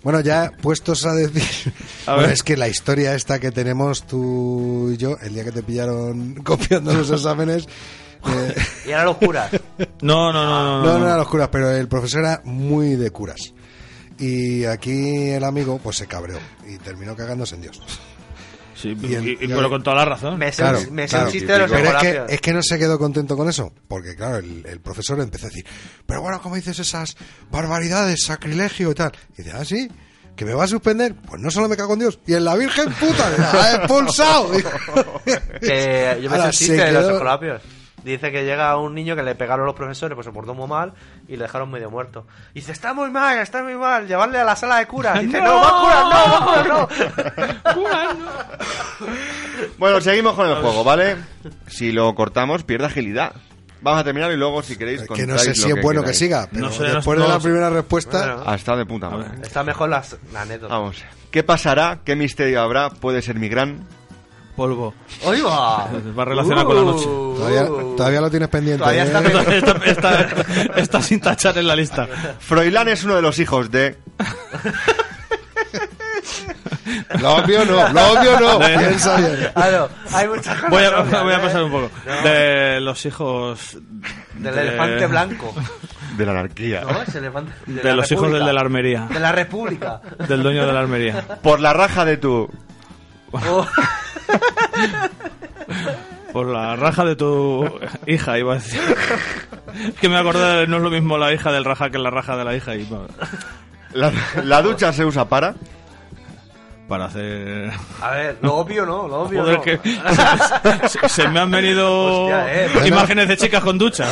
Bueno, ya puestos a decir.
A
Bueno,
ver.
es que la historia esta que tenemos tú y yo, el día que te pillaron copiando los exámenes. eh,
Y ahora lo juras.
No, no, no, no.
no, no
no.
eran los curas, pero el profesor era muy de curas. Y aquí el amigo, pues se cabreó y terminó cagándose en Dios.
Sí,
Y el-
y- y-
yo-
pero con toda la razón.
Me sé,
Claro,
un, me sé
claro.
un chiste de los
Pero es
Horacio.
que, es que no se quedó contento con eso, porque claro, el, el profesor empezó a decir, pero bueno, ¿cómo dices esas barbaridades, sacrilegio y tal? Y dice, ah, sí, que me va a suspender, pues no solo me cago en Dios, y en la Virgen puta, me la ha expulsado.
Que yo me sé
Ahora,
un chiste
se
de los
quedó-
escolapios. Dice que llega un niño que le pegaron los profesores, pues se portó muy mal y le dejaron medio muerto. Y dice, está muy mal, está muy mal, llevarle a la sala de curas. Dice, no, va a curar, no, va a curar, no.
Bueno, seguimos con el juego, ¿vale? Si lo cortamos, pierde agilidad. Vamos a terminar y luego, si queréis,
que no
contáis
sé si
lo
es bueno que,
queráis.
siga, pero
No sé, no-
después de
no
la
sé.
primera respuesta,
Bueno,
Ha estado de puta madre.
está mejor las- la anécdota.
Vamos. ¿Qué pasará? ¿Qué misterio habrá? Puede ser mi gran.
Polvo.
¡Hoy va! Uh.
Va relacionado con la noche.
todavía, todavía lo tienes pendiente.
Todavía
¿eh?
está pendiente.
Está, está- está- está sin tachar en la lista.
Froilán es uno de los hijos de.
Lo obvio no, lo obvio no. Piensa bien.
Claro, Ah, hay muchas cosas.
Voy a,
obvias,
voy a
¿eh?
pasar un poco. De los hijos.
Del
de-
elefante blanco.
De la anarquía.
No, es elefante.
Eh. De,
la
los hijos del
República.
de la armería.
De la República.
Del dueño de la armería.
Por la raja de tu.
Oh,
Por la raja de tu hija, iba a decir. Es que me acordé de no es lo mismo la hija del raja que la raja de la hija. Y pa-
La, la ducha se usa para.
para hacer.
A ver, lo obvio no, lo obvio
Joder,
no.
que. se- Se, se me han venido
Hostia, eh.
imágenes de chicas con ducha.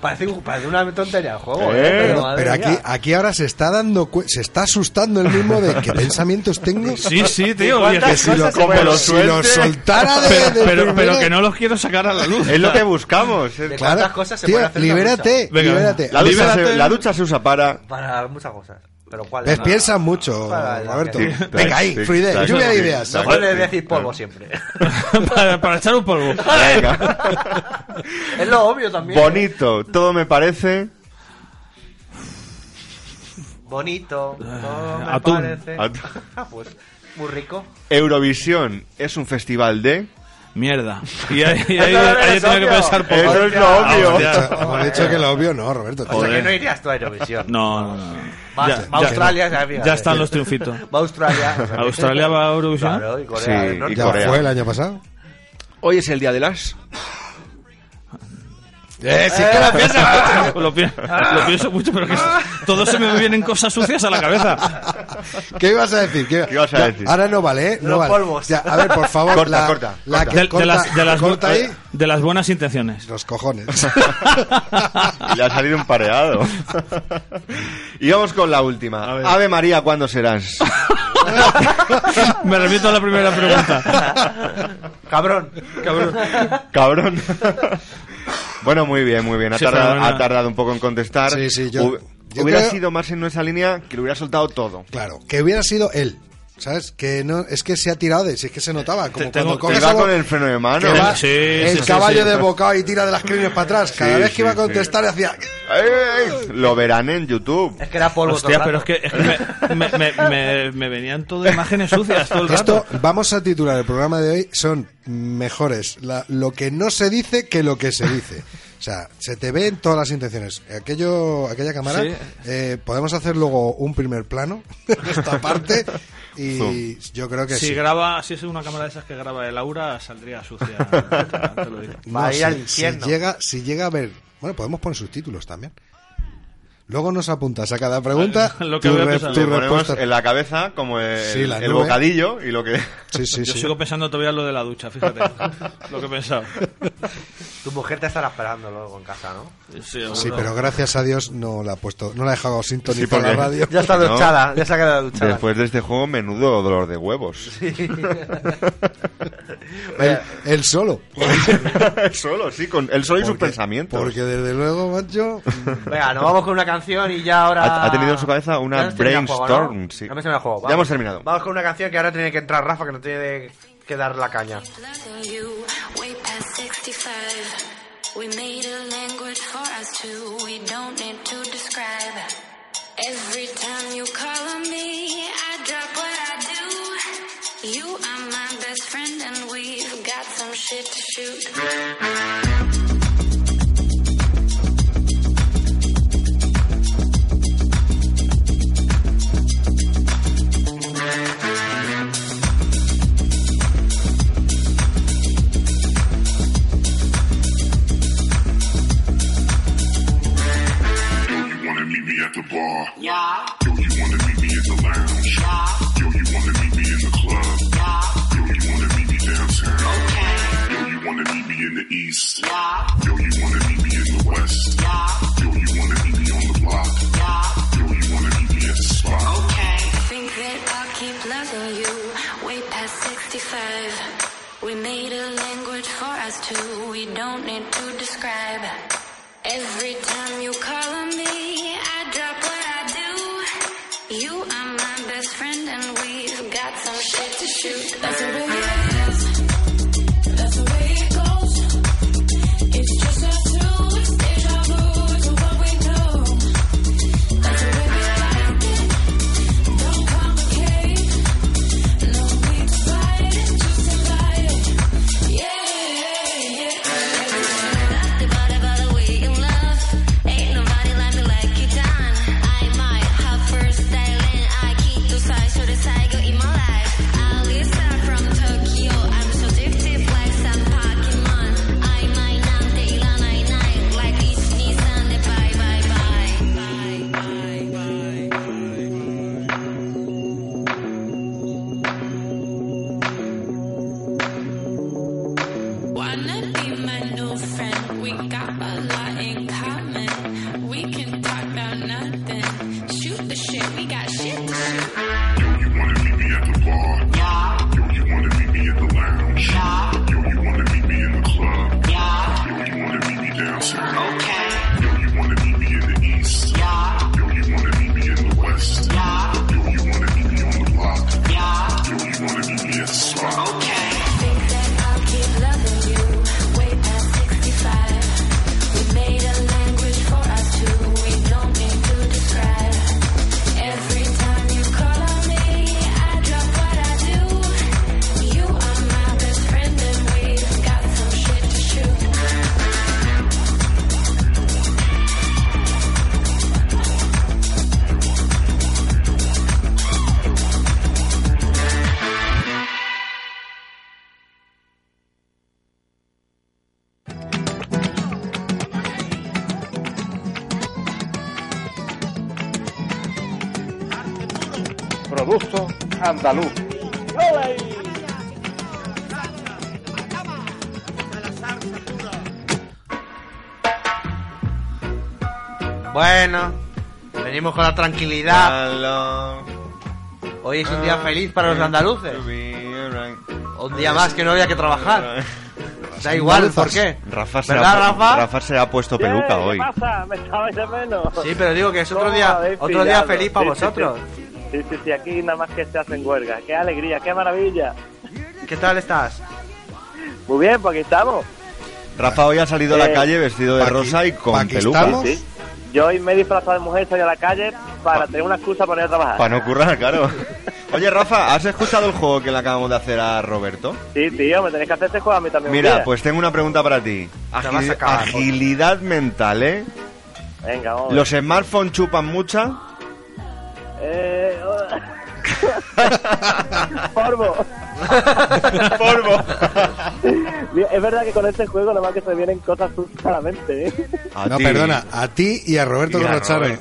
Parece, un- parece una tontería el juego,
Eh,
¿eh?
Pero,
madre
pero aquí,
mía.
aquí ahora se está dando cue- se está asustando el mismo de qué pensamientos tengo.
Sí, sí, tío.
¿Cuántas
que
que
sí.
si lo,
cosas se pueden-
pero si lo
suelte.
soltara de,
Pero,
de
pero, pero
primera-
que no los quiero sacar a la luz.
Es lo que buscamos.
De
Es-
Claro,
cuántas cosas se
tío,
pueden hacer una
libérate,
Venga,
libérate.
La ducha,
Libérate.
se, la ducha se usa para.
ducha. Para muchas cosas. Pero cuál
Ves, piensas mucho,
Para-
Roberto.
Sí,
Venga, ahí,
sí,
fluidez,
claro,
lluvia de
sí,
ideas.
claro.
Mejor le decir polvo siempre.
para, para echar un polvo.
Venga.
Es lo obvio también.
Bonito, todo me parece.
Bonito.
Ah,
No me
Atún.
parece.
Atún.
Ah, pues, muy rico.
Eurovisión es un festival de.
Mierda. Y ahí, y ahí- ahí he tenido que pensar poco.
Eso es lo obvio.
Hostia.
Hemos dicho que lo obvio no, Roberto.
Ah, O sea que no irías tú a Eurovisión.
No, no, no.
Va-
Ya-
va
ya-
a Australia, ya,
ya,
fíjate.
están los triunfitos.
Va a Australia.
¿Australia va a Eurovisión?
Claro, y Corea
Sí,
del Norte.
y Corea.
¿Fue el año pasado?
Hoy es el día de las.
Eh, sí que la piensa.
lo, pi- lo pienso mucho, pero que todos se me vienen cosas sucias a la cabeza.
¿Qué ibas a decir? ¿Qué,
ibas a
Ya,
decir?
Ahora no vale, ¿eh? No
Los
vale.
polvos.
Ya, a ver, por favor,
Corta,
la,
corta,
la
corta.
que
De, de
corta,
las, de, las, bu-
corta ahí
de las buenas intenciones.
los cojones.
Y le ha salido un pareado. y vamos con la última. Ave María, ¿cuándo serás?
Me remito a la primera pregunta.
Cabrón.
Cabrón.
Cabrón. bueno, muy bien, muy bien. Ha,
Sí,
tardado,
pero bueno.
ha tardado un poco en contestar.
Sí, sí, yo-
Hub-
yo
hubiera
creo-
sido más en nuestra línea que lo hubiera soltado todo.
Claro, que hubiera sido él. ¿Sabes? Que no, es que se ha tirado de, si es que se notaba, como
Te- tengo- te
cuando coges
Te iba
algo-
con el freno de mano.
que va
Sí, sí,
el
sí,
caballo
sí.
de bocado y tira de las crines para atrás. Cada
Sí,
vez que iba a
sí,
contestar hacía
¡Ey, ey! Lo verán en YouTube.
Es que era polvo todo el
Hostia, pero es
rato.
que, es que me, me- me- me- me venían todas imágenes sucias todo el
Esto
rato.
vamos a titular el programa de hoy son mejores la- lo que no se dice que lo que se dice. O sea, se te ven todas las intenciones. Aquello, aquella cámara,
Sí.
eh, podemos hacer luego un primer plano de esta parte y yo creo que
Si
sí.
graba, si es una cámara de esas que graba el aura, saldría sucia. te lo digo.
Va a ir al
si- si,
infierno.
llega, si llega a ver, bueno, podemos poner subtítulos también. Luego nos apuntas a cada pregunta
Lo que
tu,
veo que
re-
sale.
tu
Te ponemos
respuesta.
en la cabeza como el,
Sí, la
el
nube.
bocadillo y lo que...
Sí, sí,
Yo
sí.
sigo pensando todavía lo de la ducha, fíjate. lo que he pensado.
Tu mujer te estará esperando luego en casa, ¿no?
Sí, pero gracias a Dios no la ha puesto, no la ha dejado
Sí,
sintonizar
porque-
la radio.
Ya está
No.
duchada, ya se ha quedado duchada.
Después de este juego, menudo dolor de huevos.
Él, él solo.
solo, sí, con él solo y sus
Porque-
pensamientos.
Porque desde luego, macho,
Venga, nos vamos con una canción y ya ahora.
Ha- ha tenido en su cabeza una
Ya hemos terminado el juego,
brainstorm,
¿no?
sí.
Ya hemos terminado el juego,
Ya
vamos.
hemos terminado.
Vamos con una canción que ahora tiene que entrar Rafa, que nos tiene que dar la caña.
you way past 65 we made a language for us two we don't need to describe every time you call on me i drop what i do you are my best friend and we've got some shit to shoot
wanna meet me at the bar? Yeah. Yo, you wanna meet me in the lounge? Yeah. Yo, you wanna meet me in the club? Yeah. Yo, you wanna meet me downtown? Okay. Yo, you wanna meet me in the east? Yeah. Yo, you wanna meet me in the west? Yeah. Yo, you wanna meet me on the block? Yeah. Yo, you wanna meet me at the spot?
Okay. Think that I'll keep loving you way past 65. We made a language for us two, we don't need to describe. Every time you call on me, I drop what I do. You are my best friend, and we've got some shit to shoot. That's the way it is. That's the way it goes. It's just us two. It's deja vu to what we know. That's the way we like it. Don't complicate. No need to fight it. Just invite it. Yeah, yeah. Nothing but about the way you love. Ain't nobody like me like you done. I might have first styling. I keep to side so the cycle in my life. I listen from Tokyo. I'm so addictive like some pocket.
producto andaluz.
Bueno, venimos con la tranquilidad.
Ah.
Hoy es un día feliz para los andaluces. Un día más que no había que trabajar. Da igual, ¿por qué?
Rafa se,
¿Verdad,
ha,
Rafa?
Rafa se ha puesto peluca hoy.
pasa? ¿Me echabais de menos?
Sí, pero digo que es otro
¿Cómo
día-
habéis
otro día feliz para
Sí, sí,
vosotros.
Sí, sí, sí, aquí nada más que se hacen huelgas. ¡Qué alegría, qué maravilla!
¿Qué tal estás?
Muy bien, pues aquí estamos.
Rafa hoy ha salido a la
Eh,
calle vestido de
¿pa' aquí-
rosa y
pa'
con
aquí
peluca.
estamos? Yo hoy me he disfrazado de mujer, salí a la calle para tener una excusa para ir a trabajar.
Para no currar, claro. Oye, Rafa, ¿has escuchado el juego que le acabamos de hacer a Roberto?
Sí, tío, me tenéis que hacer este juego a mí también. un
Mira,
día.
pues tengo una pregunta para ti.
vas a
Agili-
acabar.
agilidad mental, ¿eh?
Venga, vamos.
¿Los smartphones chupan mucha?
Eh... Porvo. Porvo. es verdad que con este juego nada más que se vienen cosas sucias a la mente, ¿eh?
Ah, no,
ti.
perdona, a ti y a Roberto
Y
que
a
lo echaron.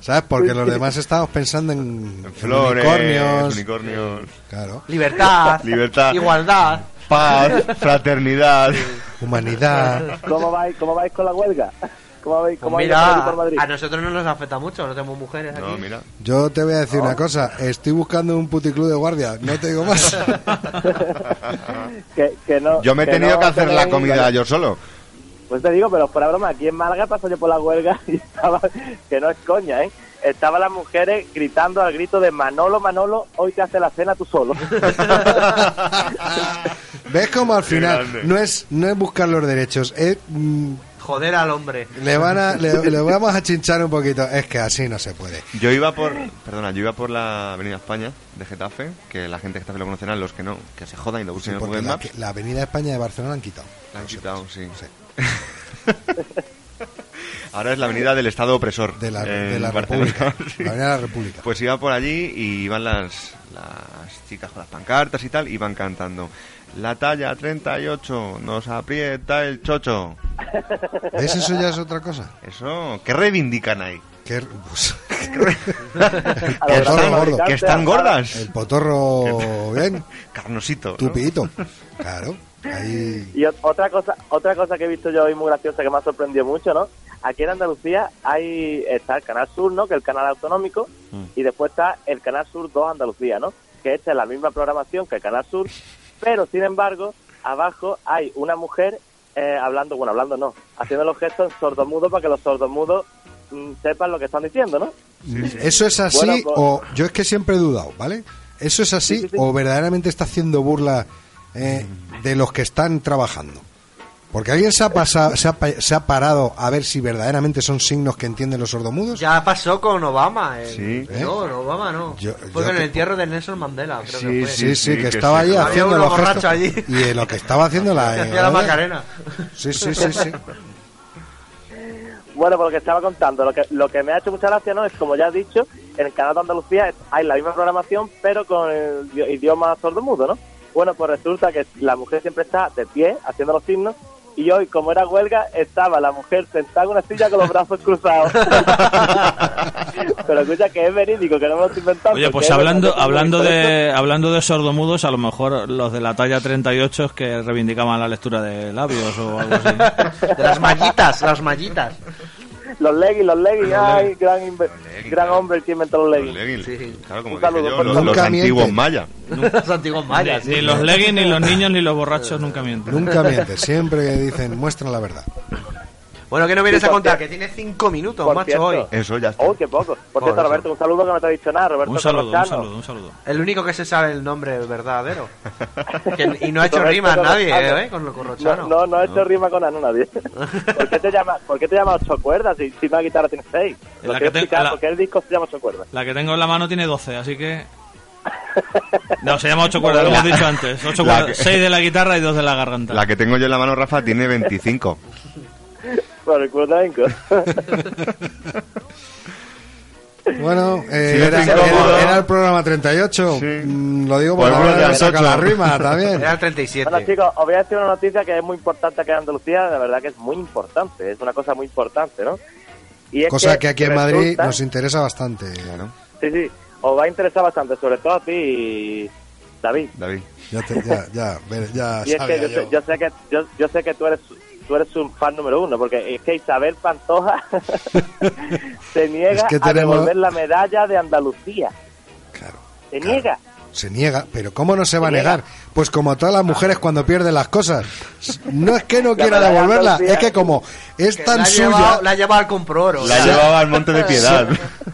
¿Sabes? Porque los demás estábamos pensando en, en
Flores,
unicornios.
unicornios.
Claro.
Libertad.
Libertad.
Igualdad.
Paz, fraternidad.
Humanidad.
¿Cómo vais, cómo vais con la huelga? ¿Cómo vais,
Pues
cómo vais
mira,
por aquí por Madrid?
a nosotros no nos afecta mucho, no tenemos mujeres aquí.
Yo te voy a decir una cosa. Estoy buscando un puticlub de guardia. No te digo más.
que, que no,
Yo me he tenido
no
que hacer la
tenéis-
comida yo solo.
Pues te digo, pero para broma, aquí en Málaga paso yo por la huelga y estaba, que no es coña, ¿eh? Estaban las mujeres gritando al grito de Manolo, Manolo, hoy te hace la cena tú solo.
¿Ves cómo al
Qué grande.
final no es, no es buscar los derechos? Es, mm,
Joder al hombre.
le, van a, le, le vamos a chinchar un poquito. Es que así no se puede.
Yo iba por, perdona, yo iba por la Avenida España de Getafe, que la gente de Getafe lo conocerá, los que no, que se jodan y lo
Sí,
busquen en
porque
Google
la,
Maps.
la Avenida España de Barcelona la han quitado.
La han quitado, sí. Ahora es la Avenida del Estado Opresor.
De la-
en
de la
Barcelona.
República.
Sí.
La Avenida de la República.
Pues iba por allí y iban las, las chicas con las pancartas y tal, iban cantando. La talla 38 nos aprieta el chocho. Pues-
¿Ves? Eso ya es otra cosa.
Eso, ¿qué reivindican ahí?
Que, pues,
Que están, que están gordas.
El potorro, bien.
Carnosito.
Tupidito. Claro. Ahí.
Y ot- otra cosa, otra cosa que he visto yo hoy muy graciosa que me ha sorprendido mucho, ¿no? Aquí en Andalucía hay está el Canal Sur, ¿no? Que es el canal autonómico y después está el Canal Sur 2 Andalucía, ¿no? Que esta es la misma programación que el Canal Sur, pero sin embargo, abajo hay una mujer eh, hablando, bueno, hablando no, haciendo los gestos en sordomudo para que los sordomudos mm, sepan lo que están diciendo, ¿no?
¿Eso es así
Bueno, pues-
o.? Yo es que siempre he dudado, ¿vale? ¿Eso es así o verdaderamente está haciendo burla eh,
Mm.
de los que están trabajando? Porque alguien se ha, pasado, se, ha, pa- se ha parado a ver si verdaderamente son signos que entienden los sordomudos.
Ya pasó con Obama. el-
Sí.
No, no, Obama no.
Yo-
fue
yo
con
te-
el entierro de Nelson Mandela, creo pues, que
Sí,
fue.
sí, que, estaba ahí
Había
haciendo
uno
los gestos.
borracho allí.
Y eh, lo que estaba haciendo la. eh,
Que hacía la Macarena.
Sí, sí, sí, sí.
Bueno, por lo que estaba contando, lo que, lo que me ha hecho mucha gracia, ¿no? Es como ya has dicho, en el canal de Andalucía hay la misma programación, pero con el idi- idioma sordomudo, ¿no? Bueno, pues resulta que la mujer siempre está de pie, haciendo los signos, y hoy, como era huelga, estaba la mujer sentada en una silla con los brazos cruzados. pero escucha, que es verídico, que no me lo estoy
Ah,
inventando.
Oye, pues
que es
hablando,
verdad.
hablando de hablando de sordomudos, a lo mejor los de la talla 38 es que reivindicaban la lectura de labios o algo así.
De las mallitas, las mallitas.
Los leggings, los leggings,
Los
ay,
leggings.
gran, inve- gran hombre el que inventó los leggings.
Claro, como
Un
dije
saludo,
yo,
por
los,
favor.
los
Nunca
antiguos
mienten.
mayas.
Los antiguos mayas. ¿eh?
Ni
sí.
los leggings, ni los niños, ni los borrachos nunca mienten.
Nunca miente. Siempre dicen, muestran la verdad.
Bueno, que no vienes
Sí,
a
por
contar, que
cierto.
tienes cinco minutos,
Por
macho,
cierto.
hoy.
Eso ya
Uy, qué poco. Por cierto,
Pobre,
Roberto, un saludo que no te ha dicho nada, Roberto.
Un saludo, un
Carrascano.
saludo, un El único que se sabe el nombre verdadero. Que- y no ha hecho
Roberto
rimas nadie,
Carrascano.
¿eh? Con lo
No,
corrochano.
no, no he hecho rima con Anu nadie. ¿Por qué te llamas, por qué te llamas ocho cuerdas si, si una guitarra tiene seis? Lo
La
quiero
que te-
explicar
la-
porque el disco se llama ocho cuerdas.
La que tengo en la mano tiene 12, así que... No, se llama 8 cuerdas, lo hemos dicho antes. 8
La
cuerdas,
que-
6 de la guitarra y 2 de la garganta.
La que tengo yo en la mano, Rafa, tiene 25.
Por el flamenco.
Bueno, eh,
Sí,
era,
sí,
era-
cómodo.
era el programa 38. Mm, Lo digo porque
Pues bueno,
ahora
ya
me saca
ocho.
la rima también.
Era el 37.
Bueno, chicos, os voy a decir una noticia que es muy importante aquí en Andalucía, la verdad que es muy importante, es una cosa muy importante, ¿no? Y es
Cosa que aquí en Madrid
resulta-
nos interesa bastante.
Sí, sí. os va a interesar bastante, sobre todo a ti, David.
David.
Ya, te- ya, ya, ver- ya
Y es
sabía
que yo,
yo.
Sé, yo sé que yo, yo sé que tú eres tú eres un fan número uno, porque es que Isabel Pantoja se niega
Es que
a
tenemos-
devolver la medalla de Andalucía. Se niega.
Se niega, pero ¿cómo no se va a negar? Pues como todas las mujeres cuando pierden las cosas. No es que no
La
quiera
medalla
devolverla,
Andalucía.
es que como es
Que
tan
la ha
suya...
llevado- la ha llevado al comprooro.
La llevaba al Monte de Piedad.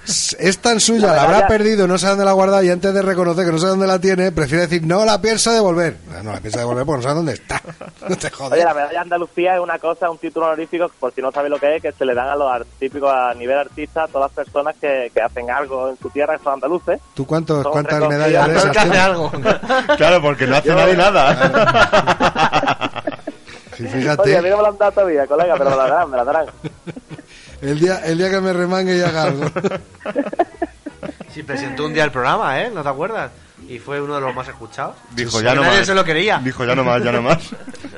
Sí. Es tan suya, la habrá perdido, no sé dónde la ha guardado y antes de reconocer que no sé dónde la tiene, prefiere decir, no la pienso devolver. Ah, No, no la pienso devolver porque no sabe dónde está. No te jodas.
Oye, la medalla de Andalucía es una cosa, un título honorífico, por si no sabes lo que es, que se le dan a los ar- típicos a nivel artista a todas las personas que, que hacen algo en su tierra, que son andaluces.
¿Tú cuántos,
Son
cuántas
reconocidos.
medallas de esas tienes?
Claro, porque no hace
Yo-
nadie nada.
Sí, fíjate.
Oye, a mí no me lo han dado todavía, colega, pero me la darán, me la darán.
El día, el día que me remangue y haga algo.
Sí, presentó un día el programa, ¿eh? ¿No te acuerdas? Y fue uno de los más escuchados.
Dijo,
Que
ya no
nadie
más.
se lo quería.
Dijo, ya no más, ya no más.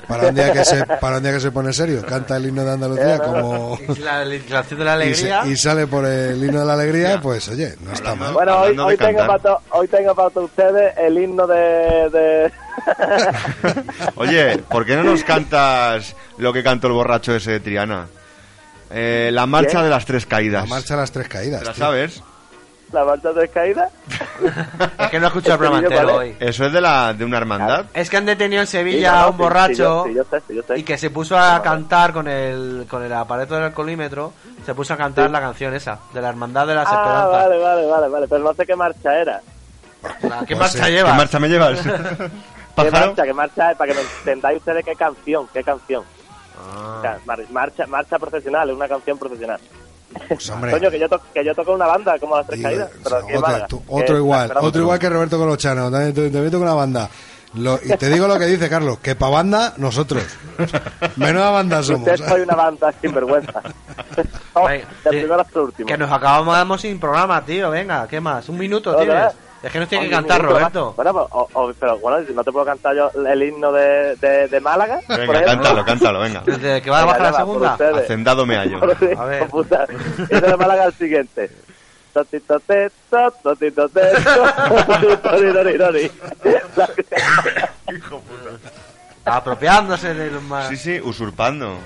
Para un día que se, para un día que se pone serio, canta el himno de Andalucía como
Y La, la canción de la
y, se-
alegría.
y sale por el himno de la alegría, pues oye, no está mal.
Bueno, hoy, hoy, tengo para to- hoy tengo para todos ustedes el himno de... de...
Oye, ¿por qué no nos cantas lo que cantó el borracho ese de Triana? Eh, la marcha
¿Quién?
de las tres caídas.
La marcha de las tres caídas.
¿Te la
tío.
sabes?
la marcha de caída.
Es que no escucho el programa
Este vídeo,
entero
¿vale?
hoy.
Eso es de, la, de una hermandad.
Es que han detenido en
Sí,
Sevilla
no,
a
no,
un
sí,
borracho
sí, yo- sí, yo sé, yo sé.
y que se puso a cantar con el, con el aparato del alcoholímetro, se puso a cantar la canción esa, de la Hermandad de las
Ah,
Esperanzas.
vale, vale, vale, vale, pero no sé qué marcha era.
¿Qué
Pues
marcha
sí.
llevas?
¿Qué marcha me llevas?
¿Qué
Pájaro.
marcha? ¿Qué marcha? es? Para que me entendáis ustedes qué canción, qué canción. O sea, mar- marcha, marcha profesional, es una canción profesional.
Pues, hombre.
Coño, que yo, to- que yo toco una banda como las tres
Digo,
caídas, pero que valga.
Otra- tú-
Que-
otro igual,
esperamos
otro igual que Roberto Colochano, también te, te meto con una banda. Lo- y te digo lo que dice Carlos, que pa' banda nosotros. Menuda banda somos.
Usted soy una banda sin vergüenza. de primero hasta último.
Que nos acabamos sin programa, tío, venga, ¿qué más? Un minuto
Hola.
tienes. Es que nos tiene que
Oye,
cantar
un minuto más.
Roberto.
Bueno, pues, o- o- pero bueno, si no te puedo cantar yo el himno de, de, de Málaga. por
Venga,
ejemplo.
cántalo, cántalo, venga.
Desde que va a
Venga,
bajar la
ya va, por
segunda.
ustedes.
Hacendado me hallo.
A ver. Puta. Y de Málaga al siguiente. Totito te, to, totito te, to, tori, tori, tori.
Apropiándose de los más.
Sí, sí, usurpando.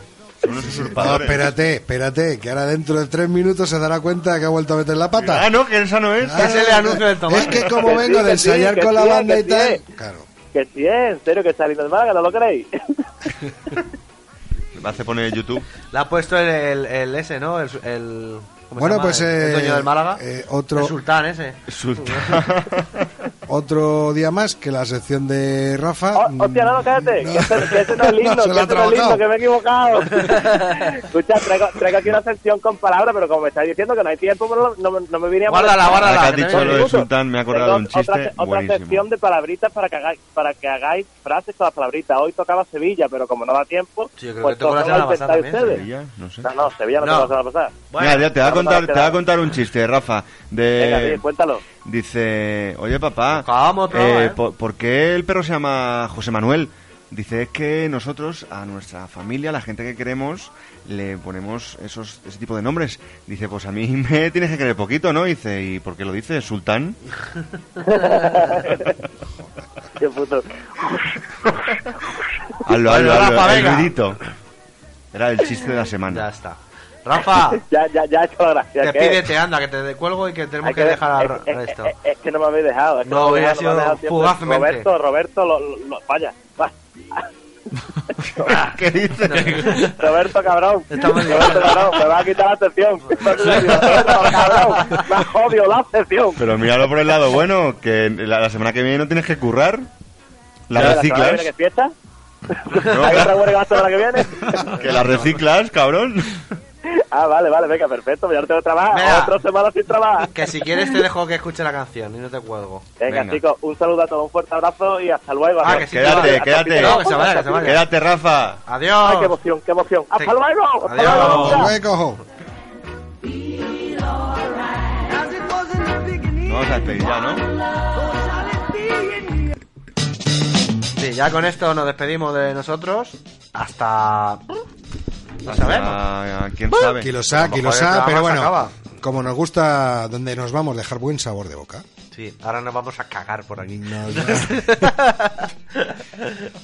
Son unos
No,
usurpadores.
espérate, espérate, que ahora dentro de tres minutos se dará cuenta que ha vuelto a meter la pata.
Ah, no, que esa no es.
Ah,
Ese le anuncio del tomate.
Es que como
Que sí,
vengo de
que sí,
ensayar
que
con la
sí,
banda
que
y tal.
sí. Que sí, es, en serio, que está lindo el Málaga, ¿no lo creéis?
Me hace poner YouTube.
La ha puesto el, el, el ese, ¿no? El, el- ¿cómo se
Bueno,
llama?
pues,
El, el
eh,
dueño del Málaga.
eh, otro-
El sultán ese.
Otro día más que la sección de Rafa.
Oh, Hostia, no, no, cállate, que ese, que ese no es lindo,
Se
que ese no
lo ha
es lindo,
trabajado.
que me he equivocado. Escucha, traigo, traigo aquí una sección con palabras, pero como me estáis diciendo que no hay tiempo, no, no, no me vine a molestar.
Guárdala, guárdala, Ahora que has que te dicho lo de minuto. Sultán, me he acordado
Tengo
de un chiste
Otra, otra
buenísimo.
sección de palabritas para que hagáis, para que hagáis frases con las palabritas. Hoy tocaba Sevilla, pero como no da tiempo,
yo creo
pues
que tocó la
todo lo
semana pasada
inventáis
también,
ustedes.
Sevilla, no sé.
No, no, Sevilla no,
No.
te vas a pasar.
Mira, ya te va a contar, te va a contar eh. un chiste, Rafa.
Venga,
De,
sí, cuéntalo.
Dice, oye papá, eh,
programa, ¿eh?
¿por, por qué el perro se llama José Manuel? Dice, es que nosotros, a nuestra familia, a la gente que queremos, le ponemos esos, ese tipo de nombres. Dice, pues a mí me tienes que querer poquito, ¿no? Dice, ¿y por qué lo dice? ¿Sultán?
Qué puto.
Bueno,
Hazlo, hazlo, hazlo,
Rafa,
el
venga.
ruidito. Era el chiste de la semana.
Ya está. Rafa,
ya, ya, ya he hecho la gracia. ¿qué?
despídete, anda, que te cuelgo y que tenemos
Hay eh,
que, dejar al
es, es-
resto.
es- es que no me habéis dejado. Es que
No,
me
hubiera
habéis dejado, no me habéis
sido
dejado tiempo.
fugazmente.
Roberto, Roberto, lo, lo- lo- vaya. va.
¿Qué dices?
Roberto, cabrón. Roberto, cabrón, me va a quitar la atención. Roberto, cabrón, me ha jodido la atención.
Pero míralo por el lado bueno, que la, la semana que viene no tienes que currar. La
¿La semana que viene que
reciclas.
es fiesta? ¿Hay otra huelga la semana que viene?
Que la reciclas, cabrón.
Ah, vale, vale, venga, perfecto. pues Ya no tengo trabajo. Otra semana sin trabajo.
Que si quieres te dejo que escuche la canción y no te cuelgo.
Venga, chicos, un saludo a todos, un fuerte abrazo y hasta luego.
Ah,
Adiós.
que sí,
Quédate,
Hasta
quédate.
final. No, que se vaya, que se vaya.
Quédate, Rafa.
Adiós.
Ay, qué emoción, qué emoción. ¡Hasta luego! ¡Hasta
Adiós.
luego!
Hasta
luego.
Vamos a despedir ya, ¿no?
Sí, ya con esto nos despedimos de nosotros. Hasta. No sabemos.
Ah, ¿Quién sabe?
Quilosá, quilosá, pero bueno. Como nos gusta donde nos vamos, dejar buen sabor de boca.
Sí, ahora nos vamos a cagar por aquí.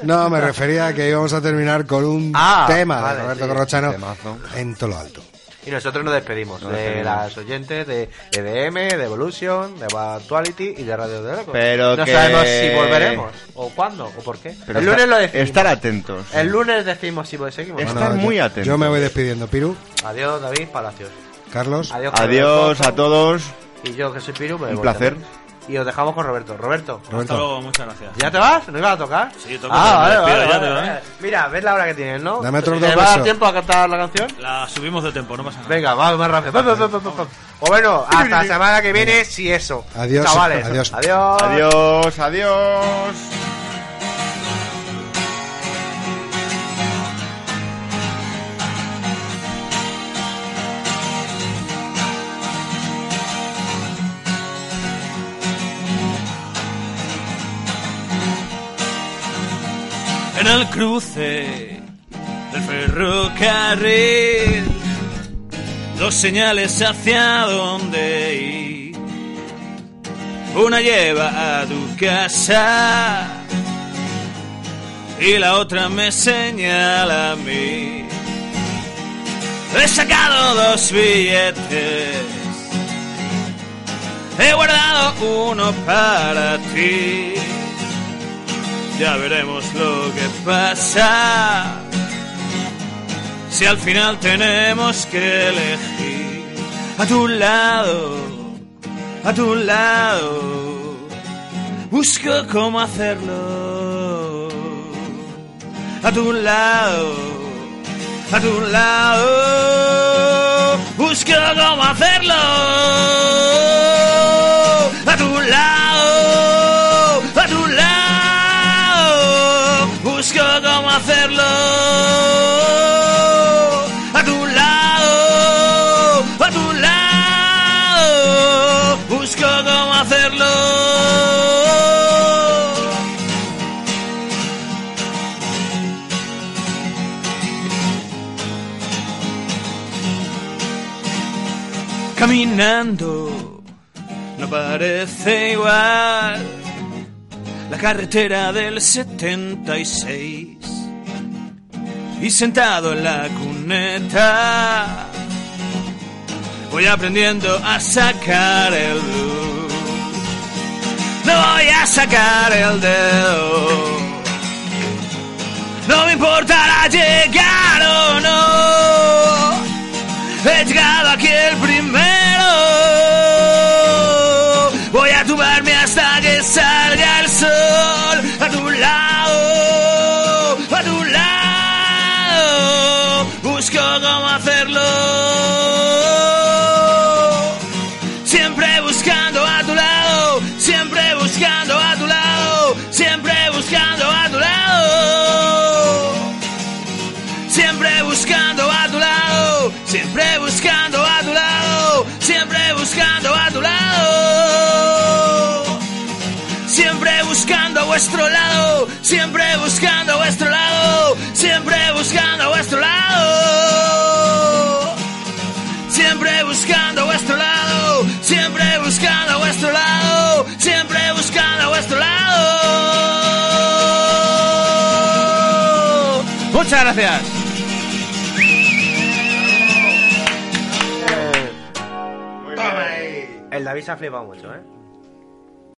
No, me refería a que íbamos a terminar con un
Ah,
tema
vale,
de Roberto
sí,
Corrochano
temazo.
en todo lo alto.
Y nosotros nos despedimos
Nos
de
despedimos.
las oyentes de EDM, de Evolution, de Actuality y de Radio Draco.
Pero
no
que-
sabemos si volveremos, o cuándo, o por qué.
Pero
el lunes
esta-
lo decimos.
Estar atentos.
El lunes decimos si seguimos.
Estar
Bueno,
muy
yo-
atentos.
Yo me voy despidiendo, Piru,
Adiós, David Palacios.
Carlos.
Adiós,
Adiós a todos.
Y yo, que soy Piru, me
Un
voy
placer.
también. Y os dejamos con Roberto. Roberto.
Hasta luego, muchas gracias.
¿Ya te vas? ¿No ibas a tocar?
Sí, toco,
Ah, vale,
pero me
vale, vale,
despido, ya te
vale. Mira, ves la hora que tienes, ¿no?
Dame otros
¿Te
dos
va a dar
besos.
tiempo a cantar la canción?
La subimos de tiempo, no pasa nada.
Venga, va más rápido. Pa, pa, pa, pa, pa. O bueno, hasta la semana que viene, si eso.
Adiós,
Chavales.
adiós.
Adiós.
Adiós, adiós.
en el cruce del ferrocarril. Dos señales hacia dónde ir. Una lleva a tu casa y la otra me señala a mí. He sacado dos billetes, he guardado uno para ti. Ya veremos lo que pasa. Si al final tenemos que elegir a tu lado, a tu lado, busco cómo hacerlo. A tu lado, a tu lado, busco cómo hacerlo. A tu lado, a tu lado, busco cómo hacerlo. A tu lado, a tu lado, busco cómo hacerlo. caminando no parece igual la carretera del 76 y sentado en la cuneta voy aprendiendo a sacar el blues no voy a sacar el dedo no me importará llegar o no He llegado aquí el primero. Voy a tumbarme hasta que salga el sol. A tu lado, a tu lado. Busco cómo hacerlo. Siempre buscando a tu lado, siempre buscando a tu lado, siempre buscando a tu lado siempre buscando a tu lado, siempre buscando a tu lado, siempre buscando a tu lado, siempre buscando a vuestro lado, siempre buscando a vuestro lado, siempre buscando a vuestro lado, siempre buscando a vuestro lado, siempre buscando a vuestro lado, siempre buscando a vuestro lado. Muchas gracias.
El David se ha flipado mucho, ¿eh?